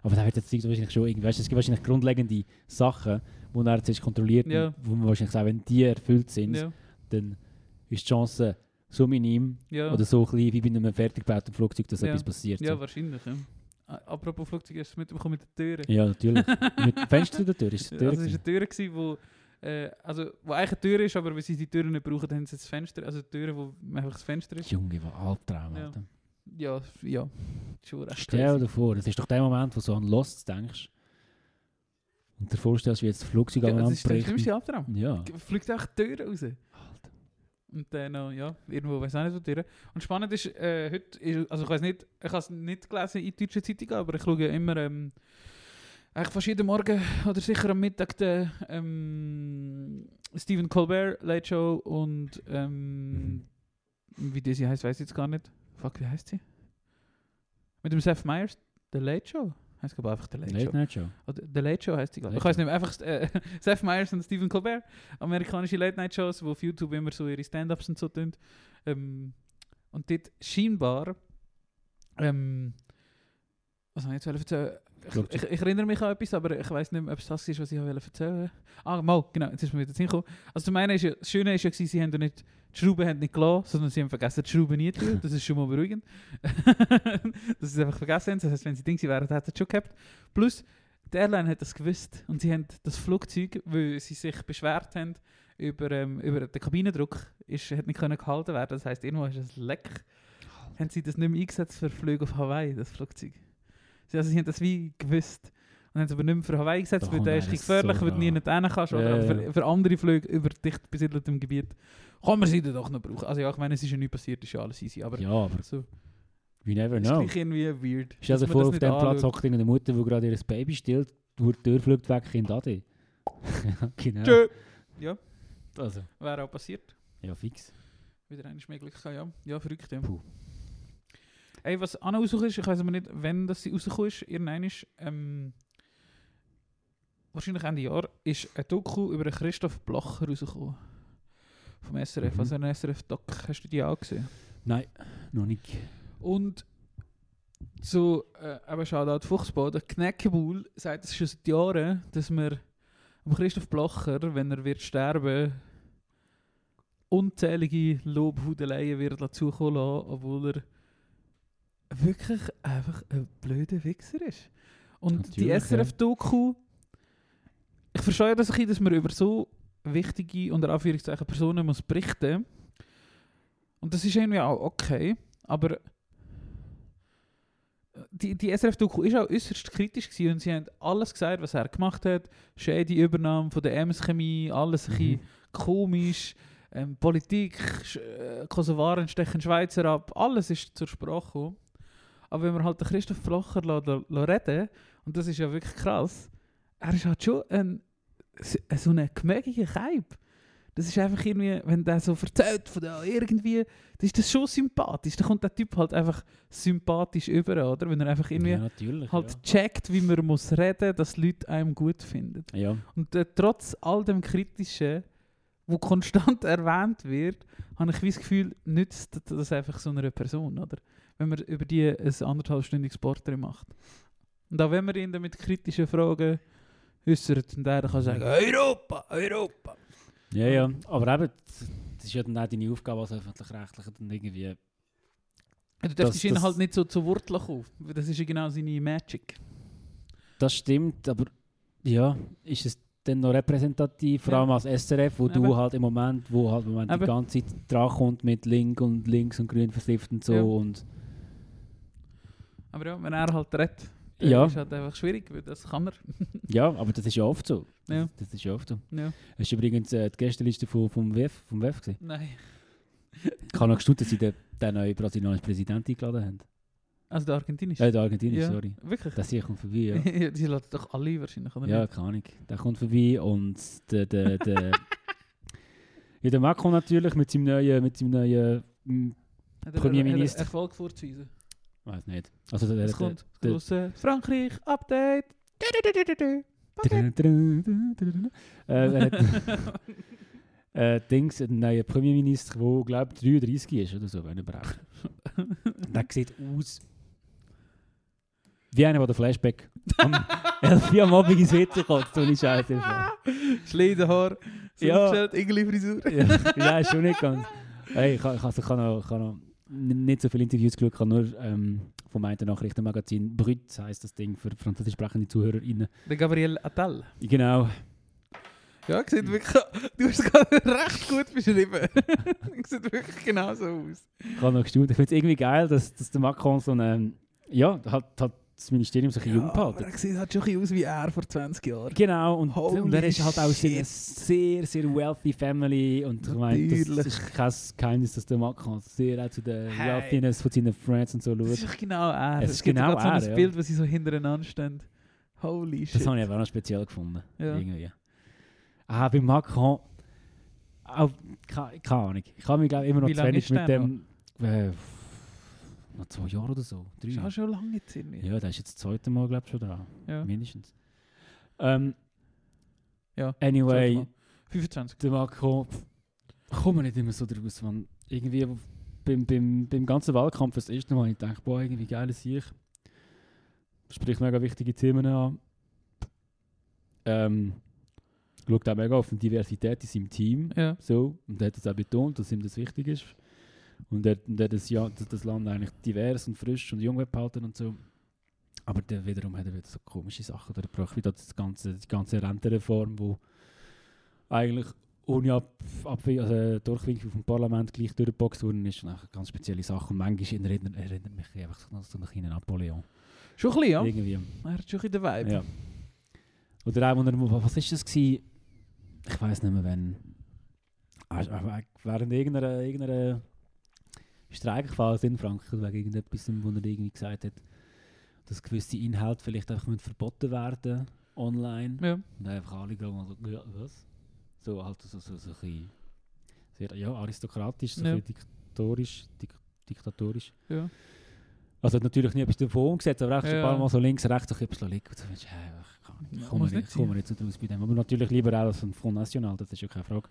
C: Aber da wird jetzt wahrscheinlich schon irgendwie, weißt, du, es gibt wahrscheinlich grundlegende Sachen, die er jetzt kontrolliert, und
B: Ja.
C: wo man wahrscheinlich sagt, wenn die erfüllt sind,
B: ja,
C: dann ist die Chance so minim
B: ja,
C: oder so klein, wie bei einem fertig gebauten Flugzeug, dass
B: Ja.
C: etwas passiert.
B: ja
C: so.
B: wahrscheinlich. Ja. Ah, Apropos Flugzeug, hast du es mitbekommen mit den Türen?
C: ja natürlich. Mit dem Fenster der Tür
B: *laughs*
C: ist die Tür.
B: Also es war eine
C: gewesen.
B: Tür, gewesen, wo, äh, also, wo eigentlich eine Tür ist, aber wenn sie die Türen nicht brauchen, dann haben sie das Fenster, also die Tür, wo einfach das Fenster ist.
C: Junge, was Albtraum,
B: Ja.
C: Alter.
B: Ja, ja. Schon recht
C: Stell dir vor, das ist doch der Moment, wo du so an Lost denkst und dir vorstellst, wie jetzt das Flugzeug
B: Ja,
C: am
B: das
C: Land
B: ist der
C: bricht.
B: schlimmste Albtraum.
C: Ja.
B: fliegt auch die Türen raus. Und dann noch, ja, irgendwo weiß auch nicht, wo die Türen. Und spannend ist, äh, heute, ist, also ich weiß nicht, ich habe es nicht gelesen in deutschen Zeitungen, aber ich schaue immer, ähm, eigentlich fast jeden Morgen oder sicher am Mittag den ähm, Stephen Colbert Late Show und ähm, wie die sie heißt, weiß ich jetzt gar nicht. Fuck, wie heißt sie? Mit dem Seth Meyers, The Late Show. Heißt glaube ich, einfach The Late, Show.
C: Late Night Show.
B: Oder Oh, The Late Show heißt die, glaube ich. Ich
C: Late
B: weiß nicht mehr. Einfach äh, *laughs* Seth Meyers und Stephen Colbert. Amerikanische Late-Night-Shows, wo auf YouTube immer so ihre Stand-Ups und so tun. Ähm, und dort scheinbar. Ähm, was soll ich jetzt erzählen? Ich,
C: glaub,
B: ich, ich erinnere mich an etwas, aber ich weiß nicht mehr, ob es das ist, was ich wollte erzählen Ah, mal, genau, jetzt ist mir wieder das hingekommen. Also zum einen ist ja, das Schöne ist ja, gewesen, sie haben ja nicht, die Schrauben haben nicht gelassen, sondern sie haben vergessen, die Schrauben nie zu tun. Das ist schon mal beruhigend. *laughs* Dass sie es einfach vergessen haben. Das heißt, wenn sie Ding wären, hätten sie es schon gehabt. Plus, die Airline hat das gewusst und sie haben das Flugzeug, weil sie sich beschwert haben über, ähm, über den Kabinendruck, ist, hat nicht können gehalten werden. Das heißt, irgendwo ist es leck. Haben sie das nicht mehr eingesetzt für Flüge auf Hawaii, das Flugzeug. Sie- Also sie haben das wie gewusst. Dann haben sie aber nicht mehr für Hawaii gesetzt,
C: Doch,
B: weil der
C: nein,
B: ist
C: das ist
B: gefährlich,
C: so
B: weil du nie
C: klar.
B: nicht hin kannst.
C: Ja,
B: Oder
C: ja.
B: für, für andere Flüge über dicht besiedeltem Gebiet kann man sie dann doch noch brauchen. Also ja, ich meine, es ist ja nichts passiert, ist ja alles easy. Aber
C: ja, genau. aber
B: so,
C: we never
B: ist
C: know.
B: gleich irgendwie weird.
C: Stell dir
B: dass man das
C: vor, auf
B: nicht
C: dem Platz
B: anschaut.
C: hockt irgendeine Mutter, die gerade ihr Baby stillt, durch die Tür fliegt weg, Kind
B: *laughs*
C: Ade. ja, genau.
B: Tschö.
C: Also,
B: Wäre auch passiert.
C: ja, fix.
B: Wieder einmal mehr Glück gehabt, ja. Ja, verrückt, ja.
C: Puh.
B: Ey, was auch noch rausgekommen ist, ich weiß aber nicht, wann das sie rausgekommen ist, irgendwann ist, ähm, wahrscheinlich Ende Jahr, ist ein Doku über den Christoph Bloch rausgekommen. Vom SRF,
C: Mhm.
B: also ein SRF-Doc. Hast du die auch gesehen?
C: Nein, noch nicht.
B: Und zu, äh, eben Shoutout Fuchsboden, Knäckebuhl sagt es schon seit Jahren, dass man am Christoph Blocher, wenn er wird sterben, unzählige Lobhudeleien wird lassen zukommen lassen, obwohl er wirklich einfach ein blöder Wichser ist. Und die
C: Natürlich,
B: SRF-Doku, ich verstehe das ein bisschen, dass man über so wichtige, unter Anführungszeichen, Personen muss berichten. Und das ist irgendwie auch okay, aber die, die SRF-Doku ist auch äußerst kritisch gewesen und sie haben alles gesagt, was er gemacht hat. Shady Übernahme von der Ems-Chemie, alles ein bisschen komisch. Ähm, Politik, Sch äh, Kosovaren stechen Schweizer ab, alles ist zur Sprache gekommen. Aber wenn man halt den Christoph Blocher la- la- la reden und das ist ja wirklich krass, er ist halt schon ein, s- so ein gemägiger Keib. Das ist einfach irgendwie, wenn der so erzählt von der irgendwie, dann ist das schon dus sympathisch. Dann kommt der Typ halt einfach sympathisch über, oder? Wenn er einfach irgendwie
C: ja, natürlich.
B: halt checkt, wie man muss reden, dass die Leute einem gut finden.
C: ja. ja,
B: Und äh, trotz all dem Kritischen, wo konstant *laughs* erwähnt wird, habe ich wie das Gefühl, nützt das einfach so einer Person, oder? Wenn man über die ein anderthalbstündiges Porträt macht. Und auch wenn man ihn dann mit kritischen Fragen äußert, und er kann sagen, Europa, Europa.
C: ja, ja. Aber eben, das- das ist ja dann auch deine Aufgabe als Öffentlich-Rechtlicher, dann irgendwie...
B: Du
C: Das-
B: darfst ihn
C: das-
B: halt nicht so zu Wurzeln kommen, weil das ist ja genau seine Magic.
C: Das stimmt, aber ja, ist es dann noch repräsentativ, vor
B: Ja.
C: allem als SRF, wo
B: Eben.
C: du halt im Moment, wo halt im Moment
B: Eben.
C: die ganze Zeit dran kommt mit Link und links und grün versifft und so
B: Ja.
C: und
B: Aber ja, wenn er halt redet, dann
C: ja,
B: ist halt einfach schwierig, weil das kann er.
C: ja, aber das ist ja oft so. Das,
B: Ja.
C: das ist ja oft so.
B: Ja.
C: Hast du übrigens äh, die Gästeliste von, vom WEF, vom WEF gesehen?
B: Nein.
C: Ich habe noch gestaunt, dass sie den, den neuen brasilianischen Präsidenten eingeladen haben.
B: Also der Argentinische.
C: Äh, der Argentinier,
B: Ja.
C: sorry.
B: Wirklich? *laughs*
C: Das hier kommt vorbei,
B: Ja, die lassen doch alle wahrscheinlich,
C: ja.
B: oder
C: ja,
B: nicht?
C: keine Ahnung. Der kommt vorbei und der,
B: *laughs*
C: der, der, ja, der Macron natürlich mit seinem neuen, mit seinem neuen mm,
B: Hat er-
C: Premierminister.
B: hat er Erfolg vorzuweisen.
C: Weiß nicht. Also der,
B: Es
C: der,
B: kommt
C: der-
B: große Frankreich Update. Du-du-du-du-du-du.
C: der, äh, er hat äh, Dings, einen neuen Premierminister, der glaube 33 ist oder so, wenn überhaupt. der sieht aus wie einer, der den Flashback *laughs* am 11 Uhr am Abend ins WC kotzt, ohne Scheiße.
B: Schleidenhaar.
C: *laughs* Ja.
B: Ja. Frisur.
C: ja, ja, ist schon nicht ganz. Hey, ich, ha- ich, also, ich habe noch, ich habe noch nou, n- nicht so viele Interviews geschaut, ich habe nur ähm, vom einen Nachrichtenmagazin Brüt, heisst das Ding, für französisch sprechende ZuhörerInnen.
B: Der Gabriel Attal.
C: Genau.
B: Ja, sieht wirklich... *laughs* Du hast es gerade recht gut *laughs* beschrieben. sieht wirklich genauso aus.
C: Ich habe noch gestaunt. Ich finde es irgendwie geil, dass, dass der Macron so einen, ja, hat, hat das Ministerium so ein bisschen jung behalten.
B: er sieht halt schon ein bisschen aus wie er vor 20 Jahren.
C: Genau, und,
B: Holy
C: und er ist halt auch sehr,
B: shit.
C: sehr, sehr wealthy family. Und ich meine, das
B: Natürlich.
C: ist kein Geheimnis, dass der Macron sehr auch zu der
B: Hey.
C: Wealthiness von seinen Friends und so
B: Das ist
C: schaut.
B: doch genau er.
C: Es ist
B: gibt
C: genau
B: gerade so ein
C: er, ja.
B: Bild, wo sie so hintereinander stehen. Holy shit.
C: Das habe ich aber auch noch speziell gefunden.
B: Ja.
C: Irgendwie. Ah, bei Macron, auch, keine, keine Ahnung. Ich habe mich, glaube ich, immer noch
B: Wie
C: zu
B: lange
C: wenig
B: ist
C: mit
B: der
C: dem. Äh, noch zwei Jahre oder so. Drei.
B: Das ist auch schon lange jetzt irgendwie.
C: Ja, der ist jetzt das zweite Mal, glaube ich, schon dran.
B: Ja.
C: Mindestens. Ähm,
B: Ja,
C: Anyway,
B: 25.
C: der Marco, pff, kommen wir nicht immer so draus, man. Irgendwie beim, beim, beim ganzen Wahlkampf das erste Mal, ich denke, boah, irgendwie geil ist ich. Spricht mega wichtige Themen an. Ähm, schaut auch mega auf die Diversität in seinem Team.
B: Ja.
C: So. Und er hat es auch betont, dass ihm das wichtig ist. Und er, und er hat das, ja, das, das Land eigentlich divers und frisch und jung behalten und so. Aber dann wiederum hat er wieder so komische Sachen. Oder er braucht wieder das ganze, die ganze Rentenreform, wo eigentlich ohne Ab Ab also Durchwinkel vom Parlament gleich durchgeboxt worden ist. Und auch ganz spezielle Sachen. Und manchmal erinnert, erinnert mich einfach so an so einen kleinen Napoleon.
B: Schon ein bisschen, ja.
C: Irgendwie.
B: Er hat schon ein bisschen den Vibe.
C: Ja. Oder auch, wo er, was ist das gewesen? Ich weiß nicht mehr, wenn. Ah, ist einfach Während irgendeiner, irgendeiner Streikphase in Frankreich, wegen irgendetwas, wo er irgendwie gesagt hat, dass gewisse Inhalte vielleicht einfach müssen verboten werden online.
B: Ja.
C: Und dann einfach alle gerade mal so, ja, was? So halt so, so, so ein bisschen sehr ja, aristokratisch, so
B: Ja.
C: ein bisschen diktatorisch, dik diktatorisch.
B: Ja.
C: Also hat natürlich nie etwas davon umgesetzt, aber auch schon
B: Ja.
C: ein paar Mal so links, rechts, so etwas liegen. Und so, Mensch, hey, ich kann- ich
B: Ja,
C: komme
B: muss
C: nicht,
B: nicht
C: ich komme jetzt nicht raus bei dem. Aber natürlich lieber auch als ein Front National, das ist ja keine Frage.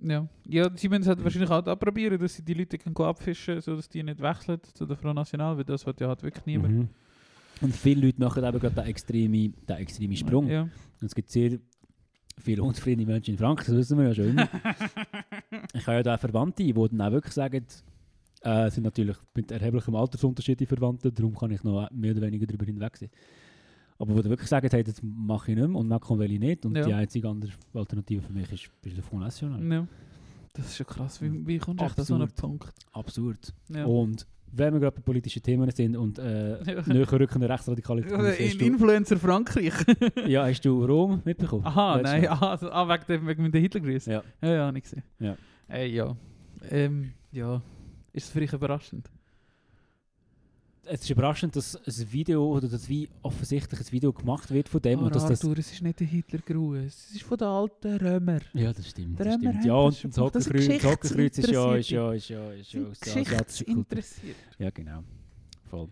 B: Ja, ja sie müssen es halt wahrscheinlich auch abprobieren, dass sie die Leute können abfischen können, sodass die nicht wechseln zu der Front National, weil das hat ja halt wirklich niemand.
C: Mhm. Und viele Leute machen eben gerade den extremen, den extremen Sprung.
B: Ja.
C: Und es gibt sehr viele unzufriedene Menschen in Frankreich, das wissen wir ja schon immer.
B: *laughs*
C: ich habe ja da auch Verwandte, die dann auch wirklich sagen, äh, sind natürlich mit erheblichem Altersunterschied die Verwandten, darum kann ich noch mehr oder weniger darüber hinwegsehen. Aber die dann wirklich sagen, hey, das mache ich nicht mehr und Macron will ich nicht. Und
B: Ja.
C: die einzige andere Alternative für mich ist, ist der Front National.
B: ja. Das ist ja krass. Wie, wie kommst du echt an so einen Punkt?
C: Absurd.
B: Ja.
C: Und wenn wir gerade bei politischen Themen sind
B: *laughs*
C: und äh,
B: Ja.
C: näher rückende Rechtsradikalität, hast du,
B: Influencer Frankreich.
C: ja, hast du Rom
B: *laughs*
C: mitbekommen?
B: Aha,
C: Letztes
B: nein,
C: Mal.
B: aha, so- ah, wegen dem, wegen dem Hitlergruß.
C: Ja.
B: Ja, ja, habe ich gesehen.
C: Ja.
B: Äh, ja. Ähm, ja. Ist es vielleicht überraschend?
C: Es ist überraschend, dass ein Video oder dass wie offensichtlich ein Video gemacht wird von dem
B: Aber
C: und dass das
B: Arthur, es ist nicht der Hitlergruß. Es ist von den alten Römer.
C: Ja, das stimmt.
B: Der
C: Das
B: Römer
C: stimmt.
B: hat
C: Ja,
B: das
C: und
B: schon
C: ein
B: gemacht. Das sind
C: Sockenkreuz, Sockenkreuz ist ja, ist
B: Geschichtsinteressierte.
C: ja, ist ja, ist ja,
B: Sind
C: ist ja asiatische Kultur.
B: geschichtsinteressiert.
C: Ja, genau. Voll.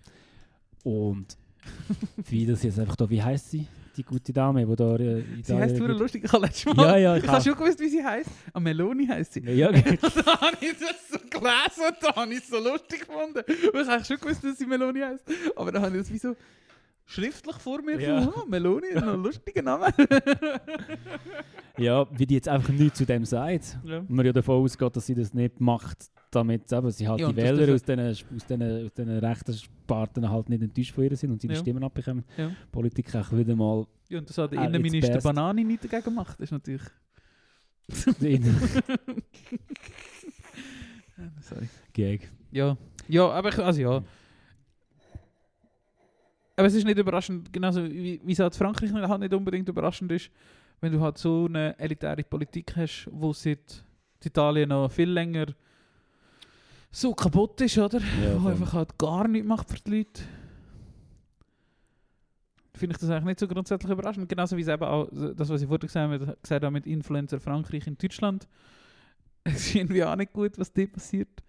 C: Und *laughs* wie das jetzt einfach da, wie heißt sie? Die gute Dame, die da äh, in
B: Sie
C: Italien
B: heisst wirklich
C: geht-
B: lustig, ich habe letztes Mal.
C: Ja, ja,
B: ich
C: ich
B: habe
C: auch.
B: schon gewusst, wie sie heisst. Ah, Meloni heisst sie.
C: Ja, *laughs* genau.
B: *laughs* da habe ich das so gelesen und da habe ich es so lustig gefunden. Weil ich habe schon gewusst, dass sie Meloni heisst. Aber da habe ich das wie so schriftlich vor mir.
C: Ja.
B: gefunden. Ah, Meloni ist noch ein lustiger Name.
C: ja, wie die jetzt einfach nichts zu dem sagt.
B: ja.
C: Und man ja davon ausgeht, dass sie das nicht macht, damit eben, sie halt
B: Ja,
C: die
B: und das
C: Wähler
B: dürfen-
C: aus diesen aus diesen- aus diesen rechten Sparten halt nicht enttäuscht von ihr sind und sie die
B: Ja.
C: Stimmen abbekommen.
B: Ja.
C: Politik auch
B: *laughs*
C: wieder mal
B: ja, und das hat der
C: Ah, it's
B: Innenminister
C: best.
B: Banani nicht dagegen gemacht. Das ist natürlich...
C: in
B: Ah, Sorry.
C: Gag.
B: Ja, ja aber ich, also ja. Aber es ist nicht überraschend, genauso wie, wie es halt Frankreich nicht- halt nicht unbedingt überraschend ist, wenn du halt so eine elitäre Politik hast, wo seit in Italien noch viel länger so kaputt ist, oder?
C: Ja,
B: wo
C: voll.
B: einfach halt gar nichts macht für die Leute. Finde ich das eigentlich nicht so grundsätzlich überraschend. Genauso wie es eben auch, das was ich vorhin gesagt habe, gesagt habe mit Influencer Frankreich in Deutschland. *laughs* Es ist irgendwie auch nicht gut, was dort passiert.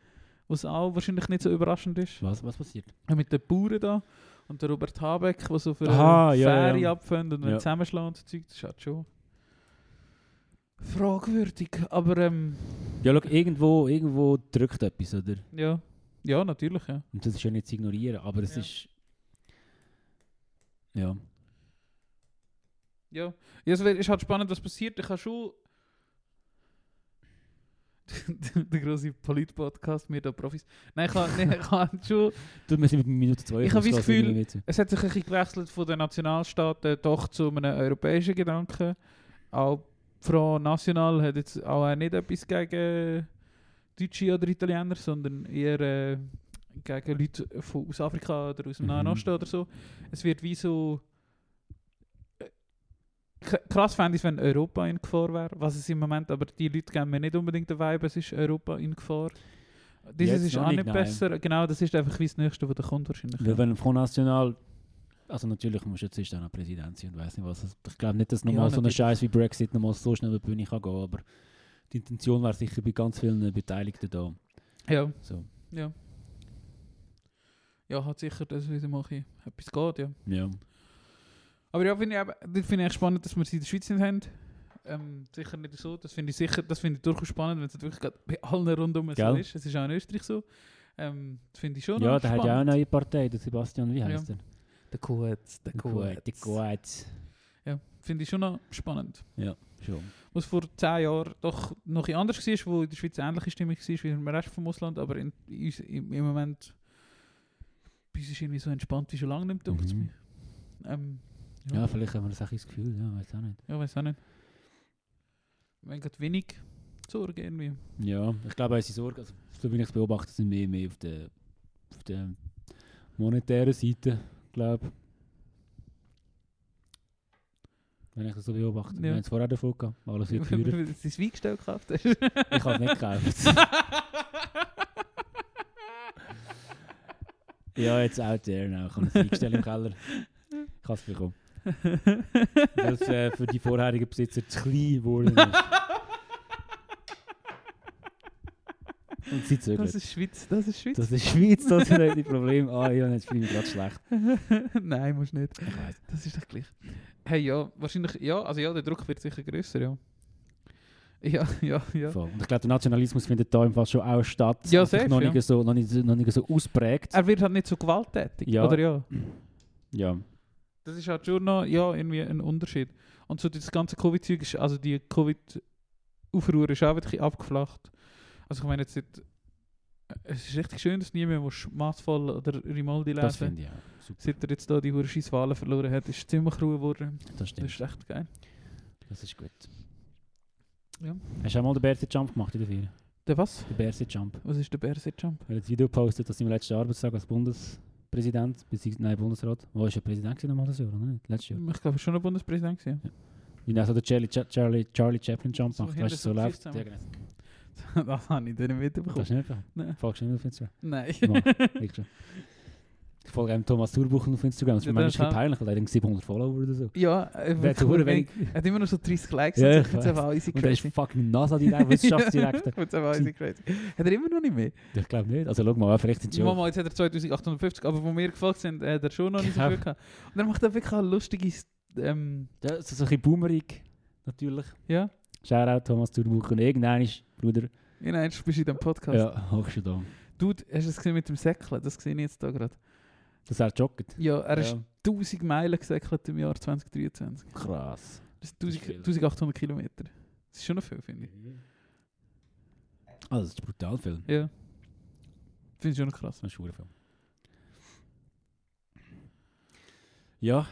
B: Was auch wahrscheinlich nicht so überraschend ist.
C: was, was passiert?
B: Ja, Mit den Bauern da und der Robert Habeck, der so für eine
C: Aha, ja,
B: Ferie
C: ja.
B: abfängt und
C: Ja.
B: ja. zusammenschlagen und so Zeug. Das ist halt schon fragwürdig. Aber ähm,
C: Ja, schau, irgendwo, irgendwo drückt etwas, oder?
B: ja. ja, natürlich. Ja.
C: Und das ist ja nicht zu ignorieren, aber es
B: Ja.
C: ist. Ja.
B: Ja, ja es wär- ist halt spannend, was passiert. Ich habe schon *laughs* der große Polit-Podcast, wir da Profis. Nein, ich habe, *laughs* nein, ich habe schon...
C: Du, wir sind mit Minute 2.
B: Ich habe das Gefühl- Es hat sich ein bisschen gewechselt von den Nationalstaaten doch zu einem europäischen Gedanken. Auch Frau National hat jetzt auch äh, nicht etwas gegen Deutsche oder Italiener, sondern eher äh, gegen Leute von, aus Afrika oder aus dem
C: Mhm.
B: Nahen Osten oder so. Es wird wie so... äh, K- Krass fände ich, wenn Europa in Gefahr wäre, was es im Moment, aber die Leute geben mir nicht unbedingt den Vibe, es ist Europa in Gefahr. Dieses
C: Jetzt
B: ist
C: noch
B: auch
C: nicht,
B: nicht
C: nein.
B: besser, genau, das ist einfach wie das Nächste, was da kommt wahrscheinlich.
C: Weil wenn ein Front National. Also natürlich muss jetzt ist auch noch Präsident sein und weiß nicht was. Also Ich glaube nicht, dass nochmal
B: Ja,
C: so ein
B: natürlich.
C: Scheiß wie Brexit nochmal so schnell über die Bühne kann gehen, aber die Intention war sicher bei ganz vielen Beteiligten da.
B: Ja.
C: So.
B: Ja. Ja, hat sicher, dass wieder mal ein bisschen etwas geht, ja.
C: Ja.
B: Aber ja, finde ich, eben- das finde ich echt spannend, dass wir es in der Schweiz nicht haben. Ähm, sicher nicht so. Das finde ich sicher, das finde ich durchaus spannend, wenn es wirklich gerade bei allen rundum so
C: Gell?
B: ist. Es ist auch in Österreich so. Ähm, das finde ich schon
C: Ja,
B: noch
C: der hat
B: spannend.
C: ja auch eine neue Partei, der Sebastian, wie heißt er?
B: Der Kurz, der
C: Der Quetz.
B: Ja, finde ich schon noch spannend.
C: Schon.
B: Was vor 10 Jahren doch noch ein bisschen anders war, wo in der Schweiz eine ähnliche Stimmung war wie im Rest vom Ausland, aber in, in, uns- im, im Moment bei uns ist irgendwie so entspannt wie schon lange nicht, denkt
C: Mhm.
B: mir. Ähm, ja,
C: Ja, vielleicht haben wir das auch ins Gefühl, ja, weiß auch nicht.
B: ja, weiß auch nicht. Wir haben gerade wenig Sorgen irgendwie.
C: Ja, ich glaube, unsere Sorgen, also, so wie ich es beobachte, sind mehr, mehr auf der, auf der monetären Seite, glaube ich. wenn ich das so beobachte.
B: Ja.
C: Wir haben es vorher davon gehabt, alles
B: *laughs*
C: wird teurer.
B: Weil du sein Weingestell gekauft hast.
C: Ich habe es nicht gekauft. ja, jetzt out there now. Ich habe ein Weingestell
B: *laughs*
C: im Keller. Ich habe es bekommen. Weil es äh, für die vorherigen Besitzer zu
B: *laughs*
C: klein geworden ist. Und sie
B: das
C: zögert.
B: ist Schweiz, das ist Schweiz.
C: Das ist Schweiz, das ist nicht das Problem. Ah ja, jetzt fühle ich mich gerade
B: *laughs*
C: schlecht.
B: Nein, musst nicht.
C: Ich weiß.
B: Das ist doch gleich. Hey, ja, wahrscheinlich, ja, also ja, der Druck wird sicher grösser, ja. Ja, ja, ja.
C: Voll. Und ich glaube, der Nationalismus findet da im Fall schon auch statt.
B: Ja,
C: Einfach
B: safe,
C: noch,
B: ja.
C: nicht so, noch, nicht, noch nicht so ausprägt.
B: Er wird halt nicht so gewalttätig,
C: Ja.
B: oder ja?
C: Ja.
B: Das ist halt schon noch, ja, irgendwie ein Unterschied. Und so das ganze Covid-Zeug ist, also die Covid-Aufruhr ist auch wirklich abgeflacht. Also ich meine, jetzt, seit- äh, es ist richtig schön, dass niemand muss massvoll oder Rimaldi
C: Das
B: lesen
C: finde ich auch. Super.
B: Seit er jetzt da die Hurenscheiss Wahlen verloren hat, ist es ziemlich ruhig geworden.
C: Das
B: Das
C: stimmt.
B: ist echt geil.
C: Das ist gut.
B: Ja.
C: Hast du auch mal den Berset Jump gemacht in der Ferien?
B: Der was?
C: Den Berset Jump.
B: Was ist der Bärse-Jump?
C: Er hat ein Video gepostet, dass im letzten Arbeitstag als Bundespräsident, beziehungsweise nein, Bundesrat, wo ist er Präsident gewesen nochmal das Jahr, oder nicht? Letztes Jahr.
B: Ich glaube, er ist schon ein Bundespräsident gewesen.
C: Wie er so den Charlie, Cha- Charlie, Charlie Chaplin Jump
B: So
C: macht,
B: hinter
C: weißt du,
B: so
C: so läuft.
B: Gesicht
C: Ja,
B: *laughs*
C: genau.
B: das habe ich dann nicht
C: Das
B: mitbekommen.
C: ist nicht
B: Nein.
C: einfach. Folgst du nicht
B: *laughs*
C: auf Instagram?
B: Nein.
C: Mal, ich schon. Ich folge einem Thomas Turbuchen auf Instagram, das ist
B: Ja,
C: mir manchmal ein
B: das
C: bisschen
B: auch.
C: peinlich, weil er irgendwie 700 Follower
B: *laughs*
C: oder so.
B: ja, äh,
C: Wer
B: wirklich
C: hat
B: *laughs*
C: verdammt
B: wenig.
C: wenig.
B: Er hat immer noch so 30 Likes.
C: Ja,
B: und
C: ich
B: so. Jetzt
C: weiß.
B: aber auch easy
C: Und er ist
B: crazy.
C: fucking
B: *laughs*
C: NASA-Direktor, Wissenschaftsdirektor.
B: Jetzt aber auch easy crazy. Hat er immer noch nicht mehr?
C: ich glaube nicht. Also schau mal, vielleicht sind sie
B: Mama, jetzt hat er 2850, aber wo mir gefolgt sind, äh, hat er schon noch nicht so
C: Ja.
B: viel gehabt. Und er macht auch wirklich auch lustige... Ähm,
C: Ja, so so ein bisschen boomerig, natürlich.
B: ja,
C: Shoutout Thomas Turbuch und irgendwann ist, Bruder,
B: in einem bist du in diesem Podcast.
C: ja, hoch schon da.
B: Du, hast du es gesehen mit dem Säckeln? Das sehe ich jetzt da gerade.
C: Das er joggt.
B: Ja, er ist
C: Ja.
B: 1000 Meilen gesäckelt im Jahr 2023.
C: Krass.
B: Das sind
C: Das ist viel.
B: 1000 1800 Kilometer. Das ist schon noch viel, finde ich.
C: Also, das ist brutal viel.
B: Ja. Finde ich schon noch krass.
C: Das ist verdammt viel. Ja.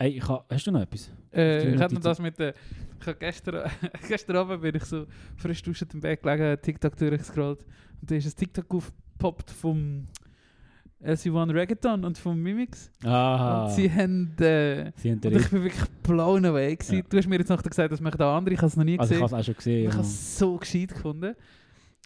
C: Ey, ich ha, hast du noch etwas?
B: Äh,
C: die
B: ich hatte
C: Notizen.
B: das mit der. Ich habe *laughs* gestern, gestern Abend bin ich so frisch duschend im Bett gelegen, eh, TikTok durchgescrollt. Und da ist ein TikTok aufgepoppt vom LC1 Reggaeton und vom Mimics.
C: Ah.
B: Und sie haben. Äh,
C: sie haben den
B: und ich bin wirklich blown away. gewesen.
C: Ja. Ah,
B: Du hast mir jetzt noch gesagt, dass mich da andere, ich habe es noch nie
C: Also, ich
B: gesehen.
C: habe es auch schon
B: Ich
C: gesehen. ja.
B: habe es so gescheit gefunden.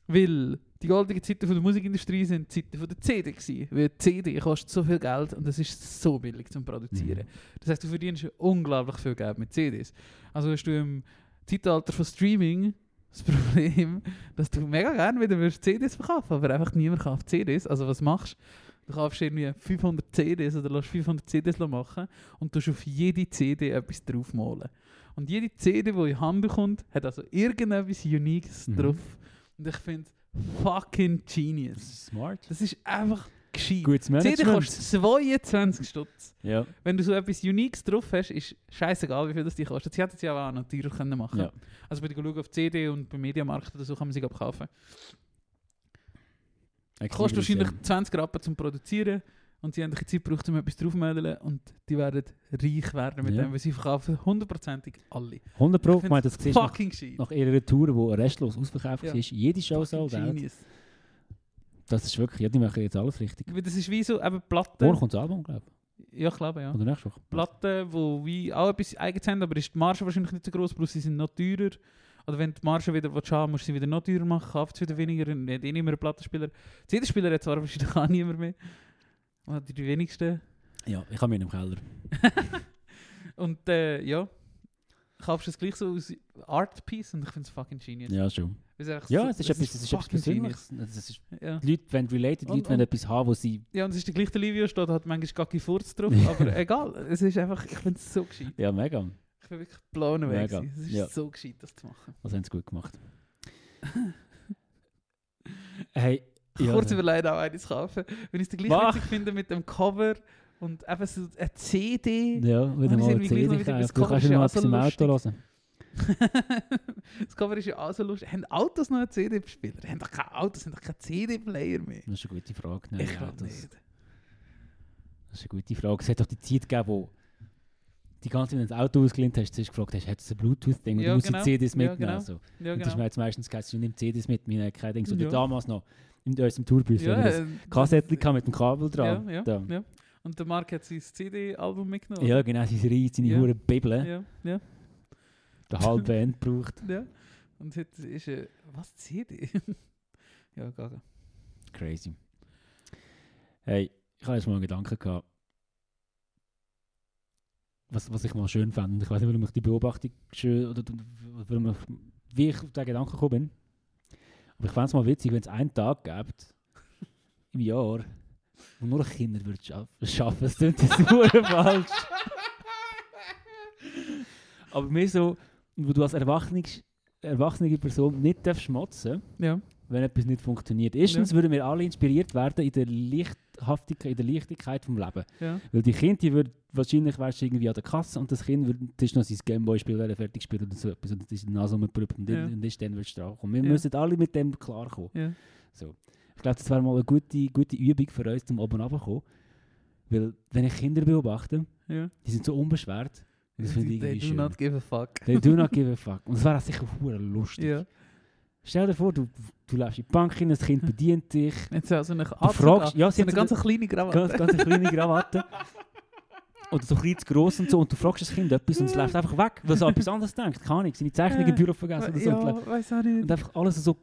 B: Weil die goldigen Zeiten von der Musikindustrie sind die Zeiten von der CD gewesen. Weil die CD kostet so viel Geld und es ist so billig zum Produzieren. Das heißt, du verdienst unglaublich viel Geld mit CDs. Also hast du im Zeitalter von Streaming das *laughs* Problem, dass du mega gerne wieder würdest CDs verkaufen, aber einfach niemand kauft CDs. Also was machst du? Du kaufst irgendwie 500 CDs oder lässt 500 CDs machen und tust auf jede CD etwas draufmalen. Und jede CD, die in die Hand kommt, hat also irgendetwas Uniques
C: Mhm.
B: drauf. Und ich finde fucking
C: Das
B: genius.
C: ist smart.
B: Das ist einfach gescheit.
C: Gutes
B: CD
C: Management.
B: kostet 22 Stutz
C: Ja.
B: wenn du so etwas Uniques drauf hast, ist scheißegal, wie viel das die kostet. Sie hätten es ja auch natürlich können machen
C: Ja.
B: Also bei der Schauen auf CD und beim Mediamarkt oder so kann man sie glaub, kaufen. Kostet wahrscheinlich 20 Rappen zum Produzieren und sie haben ein bisschen Zeit gebraucht, um etwas draufzumelden und die werden reich werden mit
C: Ja.
B: dem, was sie verkaufen. Hundertprozentig alle.
C: 100 Pro,
B: Ich
C: ich meine, das siehst du nach,
B: Fucking shit.
C: nach ihrer Tour, die restlos ausverkauft
B: Ja.
C: war. Jede Show sold out.
B: Genius.
C: Das ist wirklich, ja, die machen jetzt alles richtig.
B: Weil Das ist wie so eben Platten.
C: Morgen kommt das Album, glaube ich.
B: Ja, ich glaube, ja.
C: Oder nächste Woche.
B: Platten, die wie auch etwas eigenes haben, aber ist die Marge wahrscheinlich nicht so groß, plus sie sind noch teurer. Oder wenn du die Marge wieder willst haben musst du sie wieder noch teurer machen, kauft es wieder weniger und hat eh nicht mehr einen Plattenspieler. CD-Spieler hat zwar wahrscheinlich auch niemand mehr. Oder die wenigsten.
C: Ja, ich habe mich im Keller.
B: Und äh, ja, kaufst du es gleich so als Art-Piece und ich finde es fucking genius.
C: Ja, schon.
B: Weil einfach
C: Ja,
B: so-
C: es ist etwas, das ist etwas
B: fucking
C: Persönliches. Das ist,
B: genius. Ja.
C: die Leute wollen related, die
B: Und-
C: Leute wollen etwas haben, wo sie...
B: ja, und es ist der gleiche Livio, steht hat manchmal Gacki Furz
C: *laughs*
B: drauf, aber egal, es ist einfach, ich finde es so gescheit.
C: Ja, mega.
B: Ich bin wirklich blown away.
C: Mega,
B: gewesen. Es ist
C: ja.
B: so gescheit, das zu machen.
C: Also haben sie gut gemacht. hey, ja,
B: kurz
C: da-
B: überlegt, auch eines kaufen. Wenn ich es gleich
C: Mach!
B: witzig finde mit dem Cover und eben so eine CD.
C: ja, wieder
B: wir
C: mal
B: sind
C: eine
B: wie gleich noch
C: CD
B: wieder
C: kaufen.
B: das
C: Du kannst ja noch
B: Cover, ist ja
C: etwas im
B: auch so
C: Auto hören.
B: *laughs* das Cover ist ja auch so lustig. Haben Autos noch einen CD-Spieler? Haben doch keine Autos, haben doch keinen CD-Player mehr.
C: Das ist eine gute Frage. Nein,
B: ich
C: Nou ja,
B: glaube
C: das,
B: nicht.
C: das ist eine gute Frage. Es hat doch die Zeit gegeben, wo die ganze Zeit, wenn du das Auto ausgelehnt hast, zuerst gefragt hast, hat es ein Bluetooth-Ding und
B: Ja,
C: du musst
B: genau.
C: die CDs
B: Ja,
C: mitnehmen.
B: genau.
C: Also.
B: Ja,
C: Und das ist mir
B: genau.
C: jetzt meistens geheißen, ich nehme CDs mit, meine kein Ding. Oder
B: Ja.
C: damals noch in unserem Tourbus, wenn wir das
B: äh,
C: Kassettchen gehabt mit dem Kabel dran.
B: Ja, ja,
C: Da.
B: ja. Und der Mark hat sein CD-Album mitgenommen.
C: Ja, genau, sein Reis, seine
B: Ja.
C: hure Bibel,
B: ja, ja,
C: der halbe Band braucht.
B: ja. Und heute ist er. Was CD? *laughs* ja, gaga.
C: Crazy. Hey, ich habe jetzt mal einen Gedanken gehabt. Was, was ich mal schön fand, und ich weiß nicht, warum ich die Beobachtung schön oder oder warum ich, wie ich auf den Gedanken gekommen bin. Aber ich fände es mal witzig, wenn es einen Tag gibt im Jahr, wo nur Kinder würden schaffen. schaffen. Das klingt jetzt *laughs* nur falsch. Aber mir so, wo du als erwachsene, erwachsene Person nicht darfst schmotzen
B: Ja.
C: wenn etwas nicht funktioniert. Erstens würden wir alle inspiriert werden in der Lichthaftigkeit, in der Leichtigkeit vom Leben.
B: Ja.
C: Weil die Kinder, die würden wahrscheinlich wärst du irgendwie an der Kasse und das Kind würde das ist noch sein Gameboy-Spiel wollen fertig spielen oder so etwas und das ist die Nase umgebrüht und,
B: Ja.
C: dann- und das ist dann würdest du drankommen. Wir
B: Ja.
C: müssen alle mit dem klarkommen.
B: Ja.
C: So. Ich glaube, das wäre mal eine gute, gute Übung für uns, um oben runterzukommen. Weil, wenn ich Kinder beobachte,
B: ja.
C: die sind so unbeschwert. Und das finde ich
B: They
C: irgendwie
B: do
C: schön.
B: not give a fuck.
C: They do not
B: *laughs*
C: give a fuck. Und es wäre sicher hure lustig.
B: Ja.
C: Stell dir vor, du, du läufst in die Bank rein,
B: *laughs*
C: das Kind bedient dich.
B: Jetzt so eine
C: Du fragst, ja,
B: so
C: sie
B: eine
C: haben
B: ganz
C: so
B: kleine
C: eine
B: Krawatte.
C: ganz, ganz eine kleine Krawatte. Oder so klein zu gross und so. Und du fragst das Kind etwas und es läuft einfach weg, weil es an etwas anderes denkt. Keine Ahnung, seine Zeichnung im Büro vergessen oder so. Und
B: ja, weiß auch nicht.
C: und einfach alles so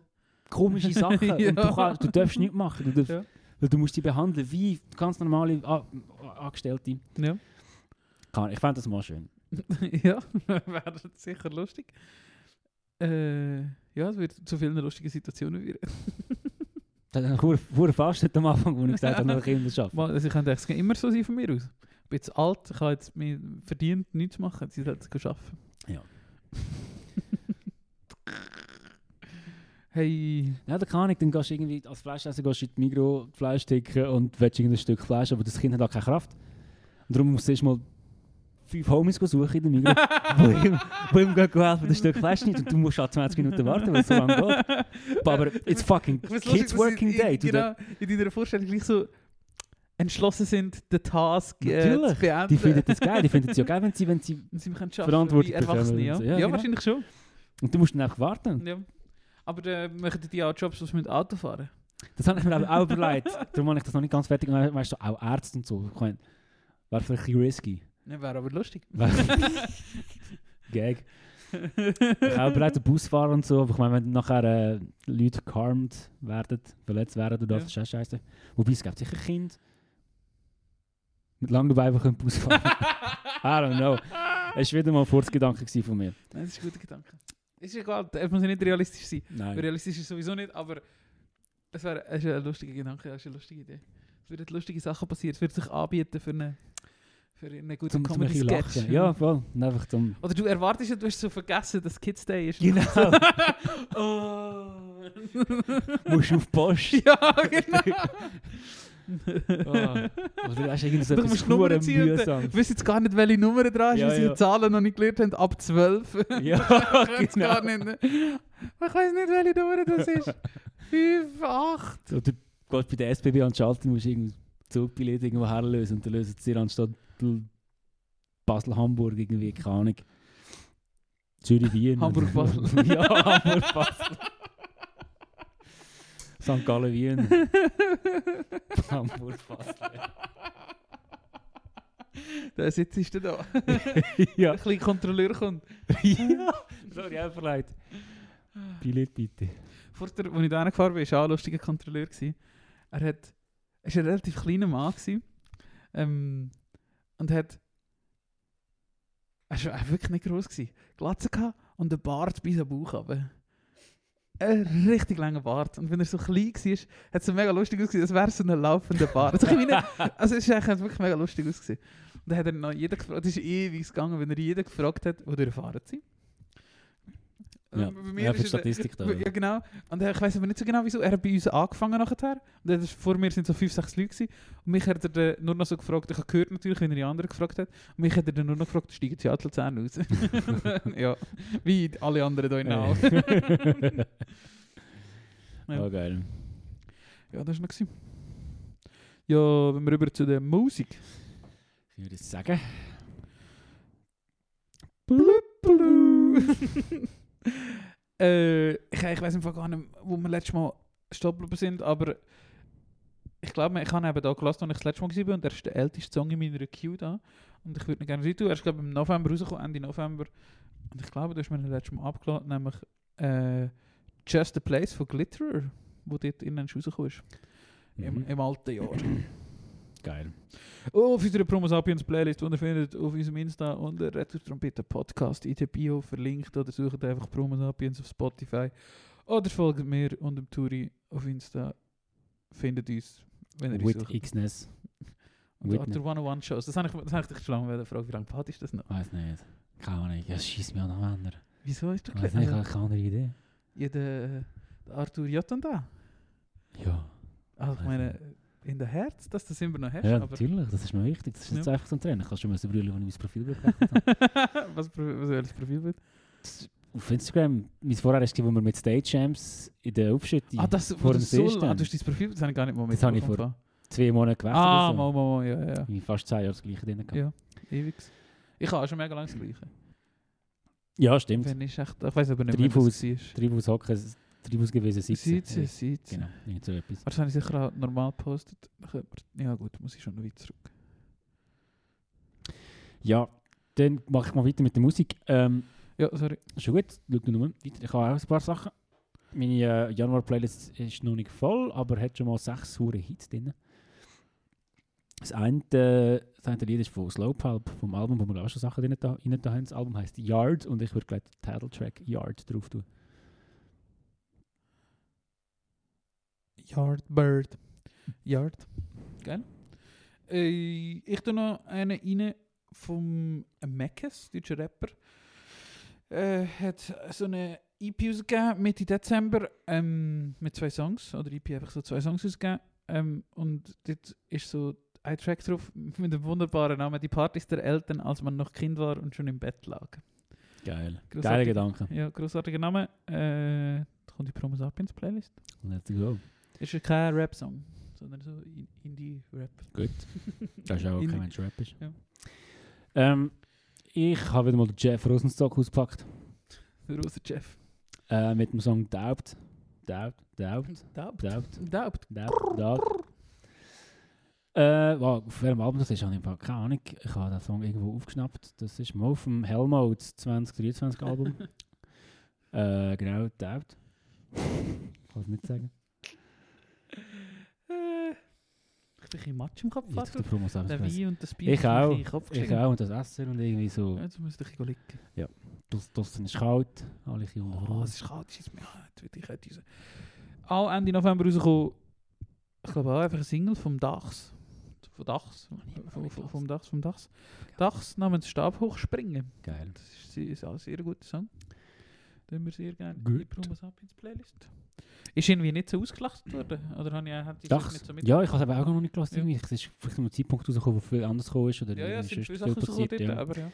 C: komische Sachen.
B: *laughs* Ja.
C: Und du, kannst, du darfst nichts machen. Du, darfst,
B: Ja.
C: weil du musst sie behandeln wie ganz normale A A- Angestellte.
B: Ja. *laughs*
C: Keine- Ich fände das mal schön.
B: ja, *laughs* wäre das sicher lustig. Äh, ja, es wird zu vielen lustigen Situationen führen.
C: Das hat einen hure Fastnet am Anfang, wo ich gesagt habe, dass ich Kinder arbeiten.
B: Mal, Also ich könnte eigentlich immer so sein von mir aus. Ich bin jetzt alt, ich habe jetzt mir verdient nichts zu machen, sie sollten es arbeiten.
C: Ja.
B: *laughs* hey,
C: Ja, dann kann ich, dann gehst du irgendwie als Fleischesser gehst du in die Migros Fleisch ticken und willst irgendein Stück Fleisch, aber das Kind hat auch keine Kraft. Und darum musst du erst mal fünf Homies suchen in der Migros,
B: *laughs*
C: die ihm, die ihm gehen helfen, das Stück Fleisch nicht. Und du musst halt 20 Minuten warten, weil es so lange geht. Aber it's fucking
B: Ich find's lustig, dass
C: kids
B: sie
C: working day.
B: In,
C: Du
B: genau, in deiner Vorstellung gleich so entschlossen sind, den Task äh, zu
C: Natürlich,
B: beenden.
C: Die finden das geil, die finden es ja geil, wenn sie, wenn sie...
B: Und sie können schaffen,
C: Verantwortung
B: wie Erwachsene,
C: bekommen
B: ja.
C: und so.
B: Ja,
C: Ja, genau.
B: wahrscheinlich schon.
C: Und du musst dann einfach warten.
B: Ja. Aber äh, machen die auch Jobs, was mit Auto fahren?
C: Das habe ich mir aber auch überlegt. Darum habe ich das noch nicht ganz fertig gemacht. Weißt du, auch Ärzte und so. Ich meine, wäre vielleicht ein bisschen risky.
B: Ja, wäre aber *laughs* lustig.
C: *laughs* Gag. Ich habe bereits den Bus fahren und so, aber ich meine, wenn nachher äh, Leute geharmt werden, verletzt werden,
B: Ja.
C: dann ist das ist scheiße. Wobei es gibt sicher Kinder mit langen Beinen können
B: *laughs*
C: Bus fahren. I don't know. Es war wieder mal ein Furzgedanke gewesen von mir.
B: Nein, das ist ein guter Gedanke. Ist egal, es muss ja nicht realistisch sein.
C: Nein.
B: Realistisch ist es sowieso nicht, aber es wäre es ist ein lustiger Gedanke, es ist eine lustige Idee. Es würden lustige Sachen passieren, es würde sich anbieten für eine, für eine gute
C: Zum, zum ein bisschen
B: Comedy-Sketch.
C: lachen. Ja, voll. Und einfach zum...
B: Oder du erwartest ja, du hast so vergessen, dass Kids Day
C: *laughs*
B: ist. *laughs*
C: Genau.
B: oh.
C: Musst auf die Post.
B: ja, genau.
C: *laughs* Ah. Oder du hast irgendwie so
B: Du
C: etwas
B: musst Nummern
C: verdammt
B: ziehen und-
C: mühsam.
B: Ich weiß jetzt gar nicht, welche Nummer dran ist,
C: Ja,
B: weil sie
C: ja.
B: die Zahlen noch nicht gelernt haben, ab 12.
C: *laughs*
B: *laughs*
C: Ja, genau. nou.
B: Ich
C: *laughs*
B: weiß gar nicht. ne? Ich weiß nicht, welche Nummer das
C: *laughs*
B: ist. 5, 8.
C: Oder gehst bei der SBB an den Schalter, musst irgendwie Zugbillett irgendwo herlösen und dann lösen sie dir anstatt L- Basel-Hamburg irgendwie, keine Ahnung. Zürich-Wien. *laughs*
B: Hamburg-Basel.
C: ja, Hamburg-Basel. St. Gallen-Wien.
B: *laughs*
C: Hamburg-Basel.
B: Da sitzt ist er da.
C: ja.
B: Ein kleiner Kontrolleur kommt.
C: ja. Sorry, auch verleiht. Billett bitte.
B: Vor der, als ich da gefahren bin, war auch ein lustiger Kontrolleur. Gewesen. Er hat, er war ein relativ kleiner Mann. Gewesen, ähm, und hat. Er war wirklich nicht groß. Gewesen. Glatze gehabt und einen Bart bis am Bauch runter. Ein richtig langer Bart. Und wenn er so klein war, hat es so mega lustig ausgesehen, als wäre es so ein laufender Bart. So ein bisschen wie eine- also es ist eigentlich- hat wirklich mega lustig ausgesehen. Und dann hat er noch jeden gefragt, es ist ewig gegangen, wenn er jeden gefragt hat, wo durchfahren sie.
C: Ja,
B: Und bei mir
C: ja
B: ist
C: für die
B: es-
C: Statistik da.
B: ja, genau. Und er, ich weiß aber nicht so genau, wieso. Er hat bei uns angefangen nachher. Und er ist, vor mir sind so fünf, sechs Leute. Gewesen. Und mich hat er dann nur noch so gefragt, ich habe gehört natürlich, wenn er die anderen gefragt hat. Und mich hat er dann nur noch gefragt, steigen sie alle Luzern aus? ja, wie alle anderen hier in der Halle. Genau.
C: Äh.
B: *laughs* Ja.
C: Oh, geil.
B: Ja, das war noch. gewesen. Ja, wenn wir rüber zu der Musik.
C: Ich würde sagen.
B: Eh, äh, ich ich weiß einfach gar nicht, wo wir letztes Mal stehen geblieben sind, aber ich glaube, ich habe eben da gelassen, als ich das letzte Mal war und er ist der älteste Song in meiner Queue da. Und ich würde ihn gerne reintun. Er ist, glaube ich, im November rausgekommen, Ende November. Und ich glaube, du hast mir den letzten Mal abgeladen, nämlich äh, Just the Place von Glitterer, wo dort innen rausgekommen ist. Im,
C: Mhm.
B: Im alten Jahr.
C: Geil.
B: Auf unserer Promo Sapiens Playlist, die ihr findet auf unserem Insta unter Retro Trompeten Podcast in der Bio verlinkt oder sucht einfach Promo Sapiens auf Spotify Oh, oder folgt mir und dem Turi auf Insta. dus Findet uns, wenn ihr uns
C: With
B: sucht.
C: Xness.
B: Und
C: Whitney.
B: Arthur 101 Shows. Das habe ich, das habe ich dich schon lange wollen fragen, wie lange Part ist das noch?
C: Weiß nicht. Keine Ahnung. Ja, schieß mich auch noch an.
B: Wieso ist das
C: Weiß nicht, ich habe keine andere Idee.
B: Ja, der, der Arthur Ah, Jotten da.
C: Ja,
B: Also ich
C: Weiß
B: meine, eh, in der Herz, dass du das immer noch hast.
C: Ah, ja
B: aber
C: natürlich. Das ist mir wichtig. Das ist nicht
B: Ja.
C: so einfach zum Trennen. Kannst du mir so brüllen, wenn ich mein Profil
B: *laughs*
C: bekomme?
B: *laughs* was, Pro- was soll das Profilbild?
C: Auf Instagram, mein Vorher ist, wo wir mit Stage Champs in der Aufschüttung
B: Ah, das,
C: vor
B: wo
C: dem
B: du so,
C: See
B: ah, du
C: stehen.
B: hast dein Profilbild, das habe ich gar nicht mal
C: Das habe ich
B: mitbekommen.
C: zwei Monate gewechselt.
B: Ah,
C: oder so.
B: mal, mal, mal, ja, ja.
C: Irgendwie Fast zwei Jahre das gleiche drin gehabt.
B: Ja. Ewig. Ich habe auch schon mega lange das Gleiche.
C: Ja, stimmt.
B: Wenn ich echt, ich weiß aber nicht mehr, was
C: Treibhaus.
B: es war.
C: Tribus hocken, Tribus gewesen, 17.
B: Sitze, sitze.
C: Genau, irgend so etwas.
B: Aber das habe ich sicher auch normal gepostet. Dann könnte man- Ja gut, muss ich schon noch weit zurück.
C: Ja, dann mache ich mal weiter mit der Musik. Ähm,
B: Ja, sorry.
C: schon gut, schau du nur weiter. Ich habe auch ein paar Sachen. Meine äh, Januar-Playlist ist noch nicht voll, aber hat schon mal sechs hure Hits drin. Das eine, äh, das eine Lied ist von Slowpulp, vom Album, wo wir auch schon Sachen drin da, rein da haben. Das Album heisst Yard und ich würde gleich den Titeltrack Yard drauf tun.
B: Yardbird. Yard. Geil. Äh, ich tue noch einen rein vom Meckes, deutscher Rapper. Äh, hat so eine EP rausgegeben, Mitte Dezember, ähm, mit zwei Songs. Oder EP einfach so zwei Songs rausgegeben. Ähm, und dort ist so ein Track drauf mit dem wunderbaren Namen Die Partys der Eltern, als man noch Kind war und schon im Bett lag.
C: Geil. Geile
B: Grossartig.
C: Gedanken.
B: Ja, grossartiger Name. Äh, da kommt die Promo Sapiens Playlist.
C: Let's go.
B: Ist ja kein Rap-Song, sondern so in- Indie-Rap. *laughs*
C: Gut. Das ist auch
B: Indie.
C: kein Mensch Rap ist.
B: Ja.
C: Ähm, ich habe wieder mal den Jeff Rosenstock ausgepackt.
B: Rosa Jeff.
C: Äh, mit dem Song Doubt. Doubt, Doubt,
B: Doubt.
C: Doubt,
B: Doubt.
C: Doubt, Doubt. Äh, wow, auf welchem Album das ist, habe ich im Fall keine Ahnung. Ich habe den Song irgendwo aufgeschnappt. Das ist mal vom Hellmode
B: *laughs*
C: 2023 Album. äh, genau, Doubt. Kann ich nicht sagen.
B: Äh, ich bin ein Matsch im Kopf,
C: Jetzt auf der
B: Vater.
C: Promo
B: Der Wein und das Bier
C: Ich
B: sind mir
C: auch.
B: in den Kopf
C: Ich
B: gestiegen.
C: auch und das Essen und irgendwie so.
B: Ja, Jetzt musst du dich liegen.
C: Draussen draussen ist kalt, alle ein bisschen
B: Oh,
C: unter
B: es ist kalt, scheiss mich an. Jetzt will ich heute raus. Auch Ende November rausgekommen. Ich glaube auch einfach ein Single vom Dachs. Von Dachs. Vom, vom, vom Dachs, vom Dachs. Dachs namens Stab hochspringen.
C: Geil.
B: Das ist, sie- ist auch ein sehr guter Song. Den wir sehr gerne in die
C: Gut.
B: Promos ab ins Playlist. Ist irgendwie nicht so ausgelacht worden? Oder habe ich, hat ich das
C: Dachs?
B: nicht so mit?
C: Ja, ich habe es aber auch noch nicht gelassen.
B: Ja.
C: irgendwie. Es ist vielleicht um einen Zeitpunkt rausgekommen, wo viel anders gekommen ist. Oder
B: ja, ja, es
C: irgendwie
B: sind viele
C: sonst
B: Sachen rausgekommen
C: passiert,
B: dort,
C: ja.
B: aber ja.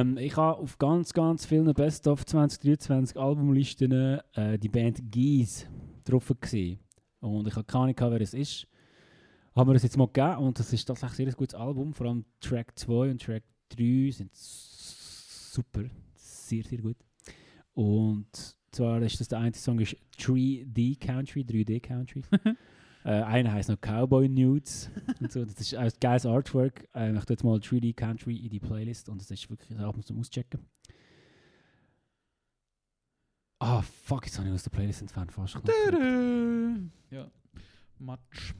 C: Ähm, ich habe auf ganz, ganz vielen Best of 2023 Albumlisten äh, die Band Geese drauf gesehen. Und ich habe keine Ahnung, gehabt, wer es ist. Haben wir das jetzt mal gegeben und das ist tatsächlich ein sehr gutes Album. Vor allem Track 2 und Track 3 sind s- super. Sehr, sehr gut. Und zwar ist das der einzige Song, ist 3D Country, 3D Country. äh, einer heißt noch Cowboy Nudes und so. Das ist ein geiles Artwork. Ähm, ich tue jetzt mal 3D Country in die Playlist und das ist wirklich ein Album zum Auschecken. Ah, fuck, jetzt habe ich aus der Playlist entfernt. Fast
B: Ja, Matsch.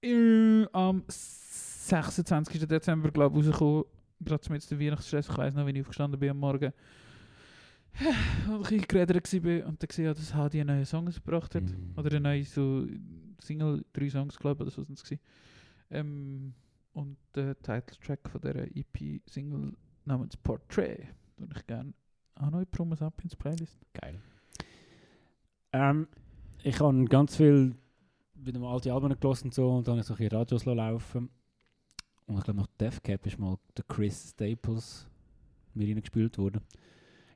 B: Äh, Am 26. Dezember, glaube ich, rausgekommen. Gerade zum jetzt der Weihnachtsstress. Ich weiß noch, wenn ich aufgestanden bin am Morgen. *sighs* Und ich ein bisschen geredet war und dann gesehen habe, dass HD einen neuen Song gebracht hat.
C: Mm.
B: Oder eine neue so Single, drei Songs, glaube ich, oder so sind es. Ähm, und der Titeltrack von dieser EP-Single namens Portrait. Würde ich gerne auch noch in die Promos ab ins Playlist.
C: Geil. Ähm, ich habe ganz viel wieder mal alte Alben gelassen und so und dann habe ich so ein bisschen Radios laufen. Und ich glaube, nach Death Cap ist mal der Chris Staples mir reingespielt worden.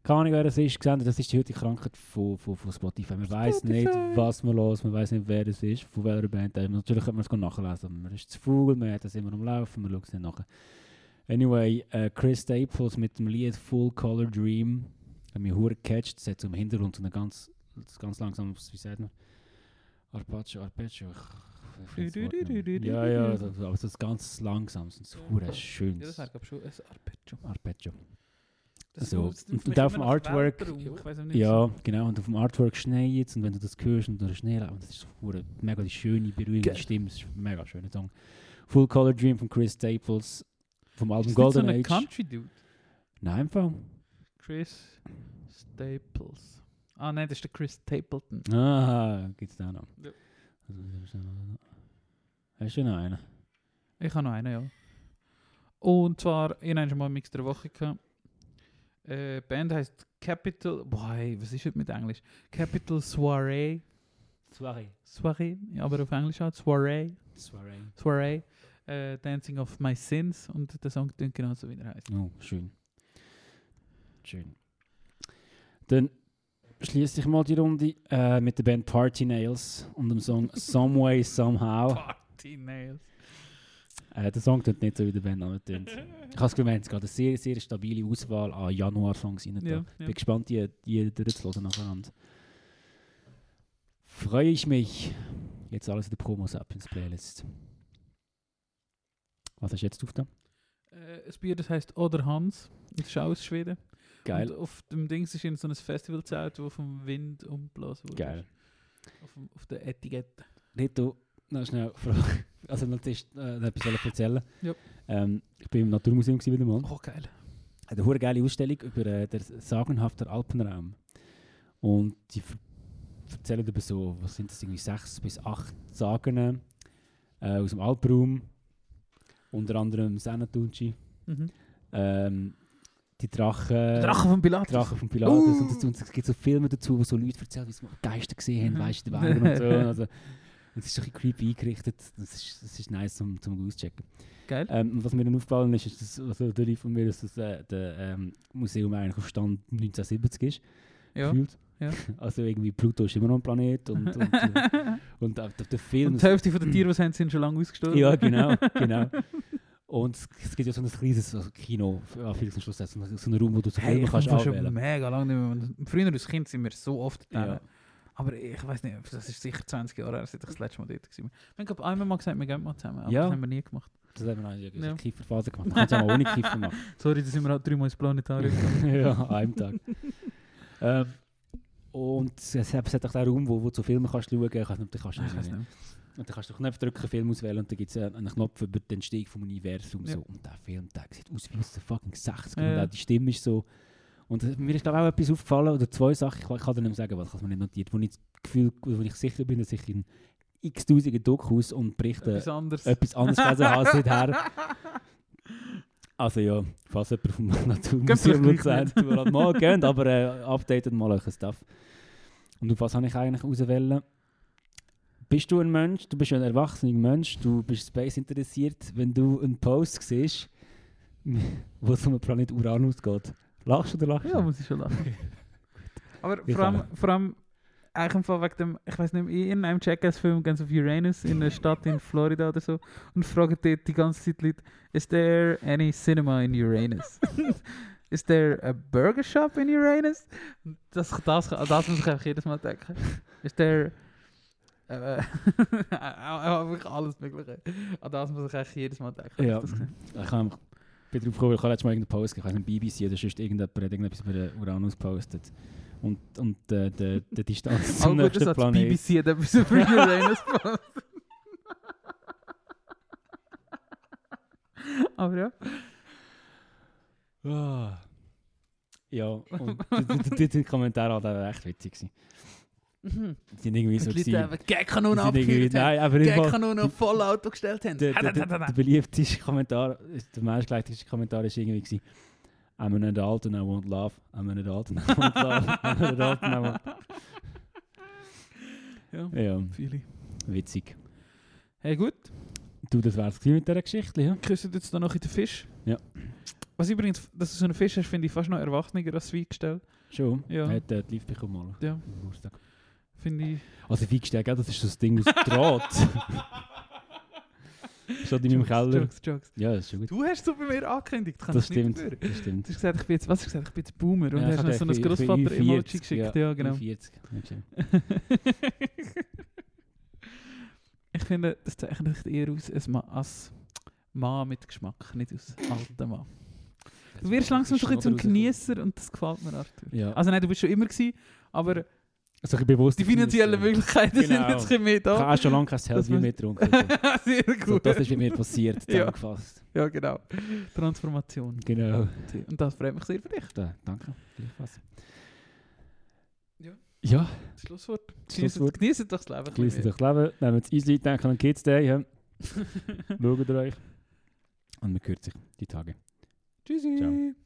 C: Keine Ahnung, wer das ist. Gesehen, das ist die heutige Krankheit von, von, von Spotify. Man weiß nicht,
B: Spotify.
C: was man los, man weiß nicht, wer das ist, von welcher Band. Ähm, Natürlich könnte man es gar nachlesen. aber Man ist zu faul, man hat das immer am Laufen, man schaut es nicht nach. Anyway, äh, Chris Staples mit dem Lied Full Color Dream hat mich hure gecatcht. Es hat so im Hintergrund so eine ganz, ganz langsam, wie sagt man, Arpeggio, Arpeggio. ich- Ich,
B: Du,
C: ich find's
B: du,
C: Wort
B: du, du,
C: nicht.
B: du,
C: ja,
B: du,
C: ja,
B: du.
C: das, aber so ganz langsam, so ein
B: Ja.
C: hure
B: Ja, das
C: schönes
B: wäre, glaube ich, schon ein Arpeggio. Also,
C: Arpeggio.
B: Das
C: So,
B: braucht's dann
C: und
B: für mich
C: da auf
B: immer
C: dem
B: nach
C: Artwork-
B: Weltraum. Ich weiss auch nicht.
C: Ja, genau, und auf dem Artwork schneit es und wenn du das hörst und durch Schnee läufst, das ist hure mega die schöne, berührende
B: Geil.
C: Stimme, das ist ein mega schöner Song. Full Color Dream von Chris Staples vom
B: Ist
C: Album
B: das
C: Golden
B: nicht so ein
C: Age.
B: Country Dude.
C: Nein, einfach.
B: Chris Staples. Ah, nein, das ist der Chris Stapleton.
C: Ah, gibt's da noch. Also,
B: Ja.
C: Hast du noch einen?
B: Ich habe noch einen, ja. Und zwar, ich habe schon mal einen Mix der Woche gehabt. Äh, die Band heißt Capital. Boah, ey, was ist das mit Englisch? Capital Soiree.
C: Soiree.
B: Soiree, ja, aber auf Englisch halt. Soiree.
C: Soiree.
B: Soiree. Äh, Dancing of My Sins. Und der Song klingt genauso, wie er heißt.
C: Oh, schön. Schön. Dann schließe ich mal die Runde äh, mit der Band Party Nails und dem Song Some Way Somehow.
B: Party Nails.
C: Äh, der Song tut nicht so wie der Band aber tönt. Ich habe es gemeint, es geht eine sehr, sehr stabile Auswahl an Januar-Songs rein.
B: Ja,
C: Ja,
B: ja.
C: Bin gespannt, die, die durchzuhören nacheinander. Freue ich mich. Jetzt alles in der Promos-App ins Playlist. Was hast du jetzt auf da?
B: Äh, ein Bier, das heißt Oder Hans. Das ist auch aus Schweden.
C: Geil.
B: Und auf dem Dings ist irgend so ein Festivalzelt, wo vom Wind umblasen wurde.
C: Geil.
B: Auf, dem- auf der Etikette.
C: Rito, noch *laughs* schnell eine Frage. Also, noch etwas äh, etwas wollte ich erzählen.
B: Ja.
C: Ähm, ich bin im Naturmuseum gewesen wieder mal.
B: Oh, geil.
C: Hat eine hure geile Ausstellung über äh, den sagenhaften Alpenraum. Und die ver- erzählen über so, was sind das, irgendwie sechs bis acht Sagen äh, aus dem Alpenraum. Unter anderem Senatunci,
B: Mhm.
C: ähm, die Drachen.
B: Drache von Pilatus.
C: Drachen von Pilatus.
B: Uh.
C: Und, das, und es gibt so Filme dazu, wo so Leute erzählen, wie sie mal Geister gesehen haben,
B: Mhm.
C: weißt du, in den Wäldern und so. Und Also, und es ist so ein bisschen creepy eingerichtet. Das ist, das ist nice zum, zum auschecken.
B: Geil.
C: Ähm, und was mir dann aufgefallen ist, ist, dass also der Rief von mir, dass das äh, der, ähm, Museum eigentlich auf Stand 1970 ist.
B: ja.
C: gefühlt.
B: ja.
C: *laughs* Also irgendwie Pluto ist immer noch ein Planet und,
B: *laughs*
C: und, und, und auf auf der Film.
B: Und die Hälfte von den Tieren, die sie haben, sind schon lange ausgestorben. *laughs*
C: ja, genau, genau. Und es- es gibt ja so ein riesiges also Kino, für Anführungs- und Schlusszeichen, so ein- so einen Raum, wo du so
B: Hey,
C: Filme
B: ich
C: kannst
B: kann schon
C: anwählen.
B: mega lange nicht mehr. Früher als Kind sind wir so oft da.
C: Ja.
B: Aber ich weiß nicht, das ist sicher 20 Jahre her, seit ich das letzte Mal dort war. Ich glaube, einmal mal gesagt, wir gehen mal zusammen. Aber
C: Ja.
B: das haben wir nie gemacht.
C: Das haben wir eigentlich
B: Ja.
C: ja. Kieferfaser gemacht. Man kann es auch mal ohne Kiefer machen.
B: *laughs* Sorry, da sind wir halt dreimal ins Planetarium.
C: ja, an einem Tag. ähm, und es, es hat auch den Raum, wo, wo du so Filme kannst schauen kannst. Und dann kannst du
B: Ah, ich weiß
C: irgendwie-
B: nicht.
C: und dann kannst du den Knopf drücken, Film auswählen und dann gibt es einen Knopf über den Entstehung vom Universum.
B: Ja.
C: So. Und der Film der sieht aus wie aus den fucking 60
B: Ja,
C: Und
B: ja.
C: auch die Stimme ist so... Und äh, mir ist glaube ich auch etwas aufgefallen, oder zwei Sachen, ich, kann- ich kann dir nicht mehr sagen, was ich habe mir nicht notiert, wo ich das Gefühl, wo ich sicher bin, dass ich in x-tausenden Dokus und Berichten
B: Etwas anderes.
C: etwas anderes gelesen
B: *laughs*
C: habe seither. Also ja, falls jemand vom *laughs* Naturmuseum
B: vielleicht
C: Luzern
B: nicht.
C: Tour hat, mal geht, aber äh, updatet mal euren Stuff. Und auf was habe ich eigentlich auswählen? Bist du ein Mensch, du bist ja ein erwachsener Mensch, du bist Space interessiert, wenn du einen Post siehst, *laughs* wo es um den Planet Uranus geht. Lachst du oder lachst du?
B: Ja, muss ich schon lachen. Aber
C: Ich
B: vor allem, vor allem, eigentlich im Fall wegen dem, ich weiß nicht, mehr, in einem Jackass-Film gehen sie auf Uranus in einer Stadt in Florida oder so und fragen dort die ganze Zeit Leute, is there any cinema in Uranus? *laughs* Is there a burger shop in Uranus? Das, das, das, das muss ich einfach jedes Mal denken. *laughs* Is there... Äh, *laughs* einfach alles Mögliche. An das muss ich eigentlich jedes Mal denken.
C: Ja.
B: Das gesehen.
C: Ich kann einfach bin drauf gekommen, weil ich habe letztes Mal irgendeinen Post gegeben, ich weiß nicht, BBC oder sonst irgendjemand hat irgendetwas über den Uranus gepostet. Und, und äh, der-
B: *laughs*
C: der Distanz zum
B: Aber gut, das
C: nächsten
B: hat
C: Planet.
B: BBC hat etwas über Uranus gemacht. Aber ja,
C: Ah.
B: *laughs*
C: Ja, und die- die- die Kommentare waren auch echt witzig. gewesen. Die sind irgendwie so
B: die
C: gewesen.
B: Leute haben
C: Die
B: Gagkanonen
C: sind irgendwie,
B: abgefeuert haben.
C: nein, aber nicht mal,
B: Gagkanonen auf Vollauto gestellt haben.
C: der, der, der, der beliebteste Kommentar, ist- der meistgeleiteteste Kommentar ist irgendwie gewesen, I'm an adult and I want love. I'm an adult and I want love. I'm an adult and
B: *laughs*
C: I want...
B: Ja,
C: Ja,
B: viele.
C: witzig.
B: Hey gut,
C: Du, das wär's gewesen mit dieser Geschichte, ja?
B: küssen jetzt dann noch in den Fisch.
C: Ja.
B: Was übrigens, dass du so einen Fisch hast, finde ich fast noch erwachsener als Weingestell.
C: Schon?
B: Ja.
C: Hat äh, die Live bekommen, mal.
B: Ja.
C: am Geburtstag.
B: Finde ich.
C: Also Weingestell, gell, das ist so das Ding aus
B: *laughs*
C: Draht. Steht in meinem
B: Jokes,
C: Keller.
B: Jokes, Jokes.
C: Ja, das ist schon gut.
B: Du hast so bei mir angekündigt, kann
C: Das
B: ich nicht
C: stimmt,
B: dafür.
C: das
B: Du
C: stimmt.
B: hast gesagt, ich bin jetzt, was hast du gesagt, ich bin jetzt Boomer und
C: Ja, ich
B: hast noch
C: hab
B: so ein
C: gedacht, ich bin- ich bin
B: Großvater-Emoji *laughs*
C: 40,
B: geschickt. Ja, genau.
C: 40. nicht schlimm.
B: finde, das zeichnet sich eher aus als, Ma als Mann mit Geschmack, nicht aus altem Mann. Du wirst langsam schon ein bisschen zum Genießer und das gefällt mir, Arthur.
C: Ja.
B: Also nein, du bist schon immer gewesen, aber
C: Also ich bewusst.
B: die finanziellen Möglichkeiten sind
C: Genau.
B: jetzt ein bisschen mehr
C: Ich
B: da.
C: habe auch schon lange kein
B: Das
C: Hellbier
B: muss- *laughs*
C: mehr getrunken. Also,
B: Sehr
C: so,
B: gut.
C: das ist mit mir passiert,
B: Ja.
C: zusammengefasst.
B: ja, genau. Transformation.
C: Genau.
B: Und das freut mich sehr für dich.
C: Da, danke. Gleichfalls.
B: Ja.
C: Ja,
B: Das Schlusswort.
C: Schlusswort.
B: Genießt doch das Leben. ein
C: genießen
B: bisschen
C: durch Leben. Nehmen wir das easy, denken an Kids Day. Ja.
B: mehr.
C: Schaut euch. Und man hört sich die Tage.
B: Tschüssi.
C: Ciao.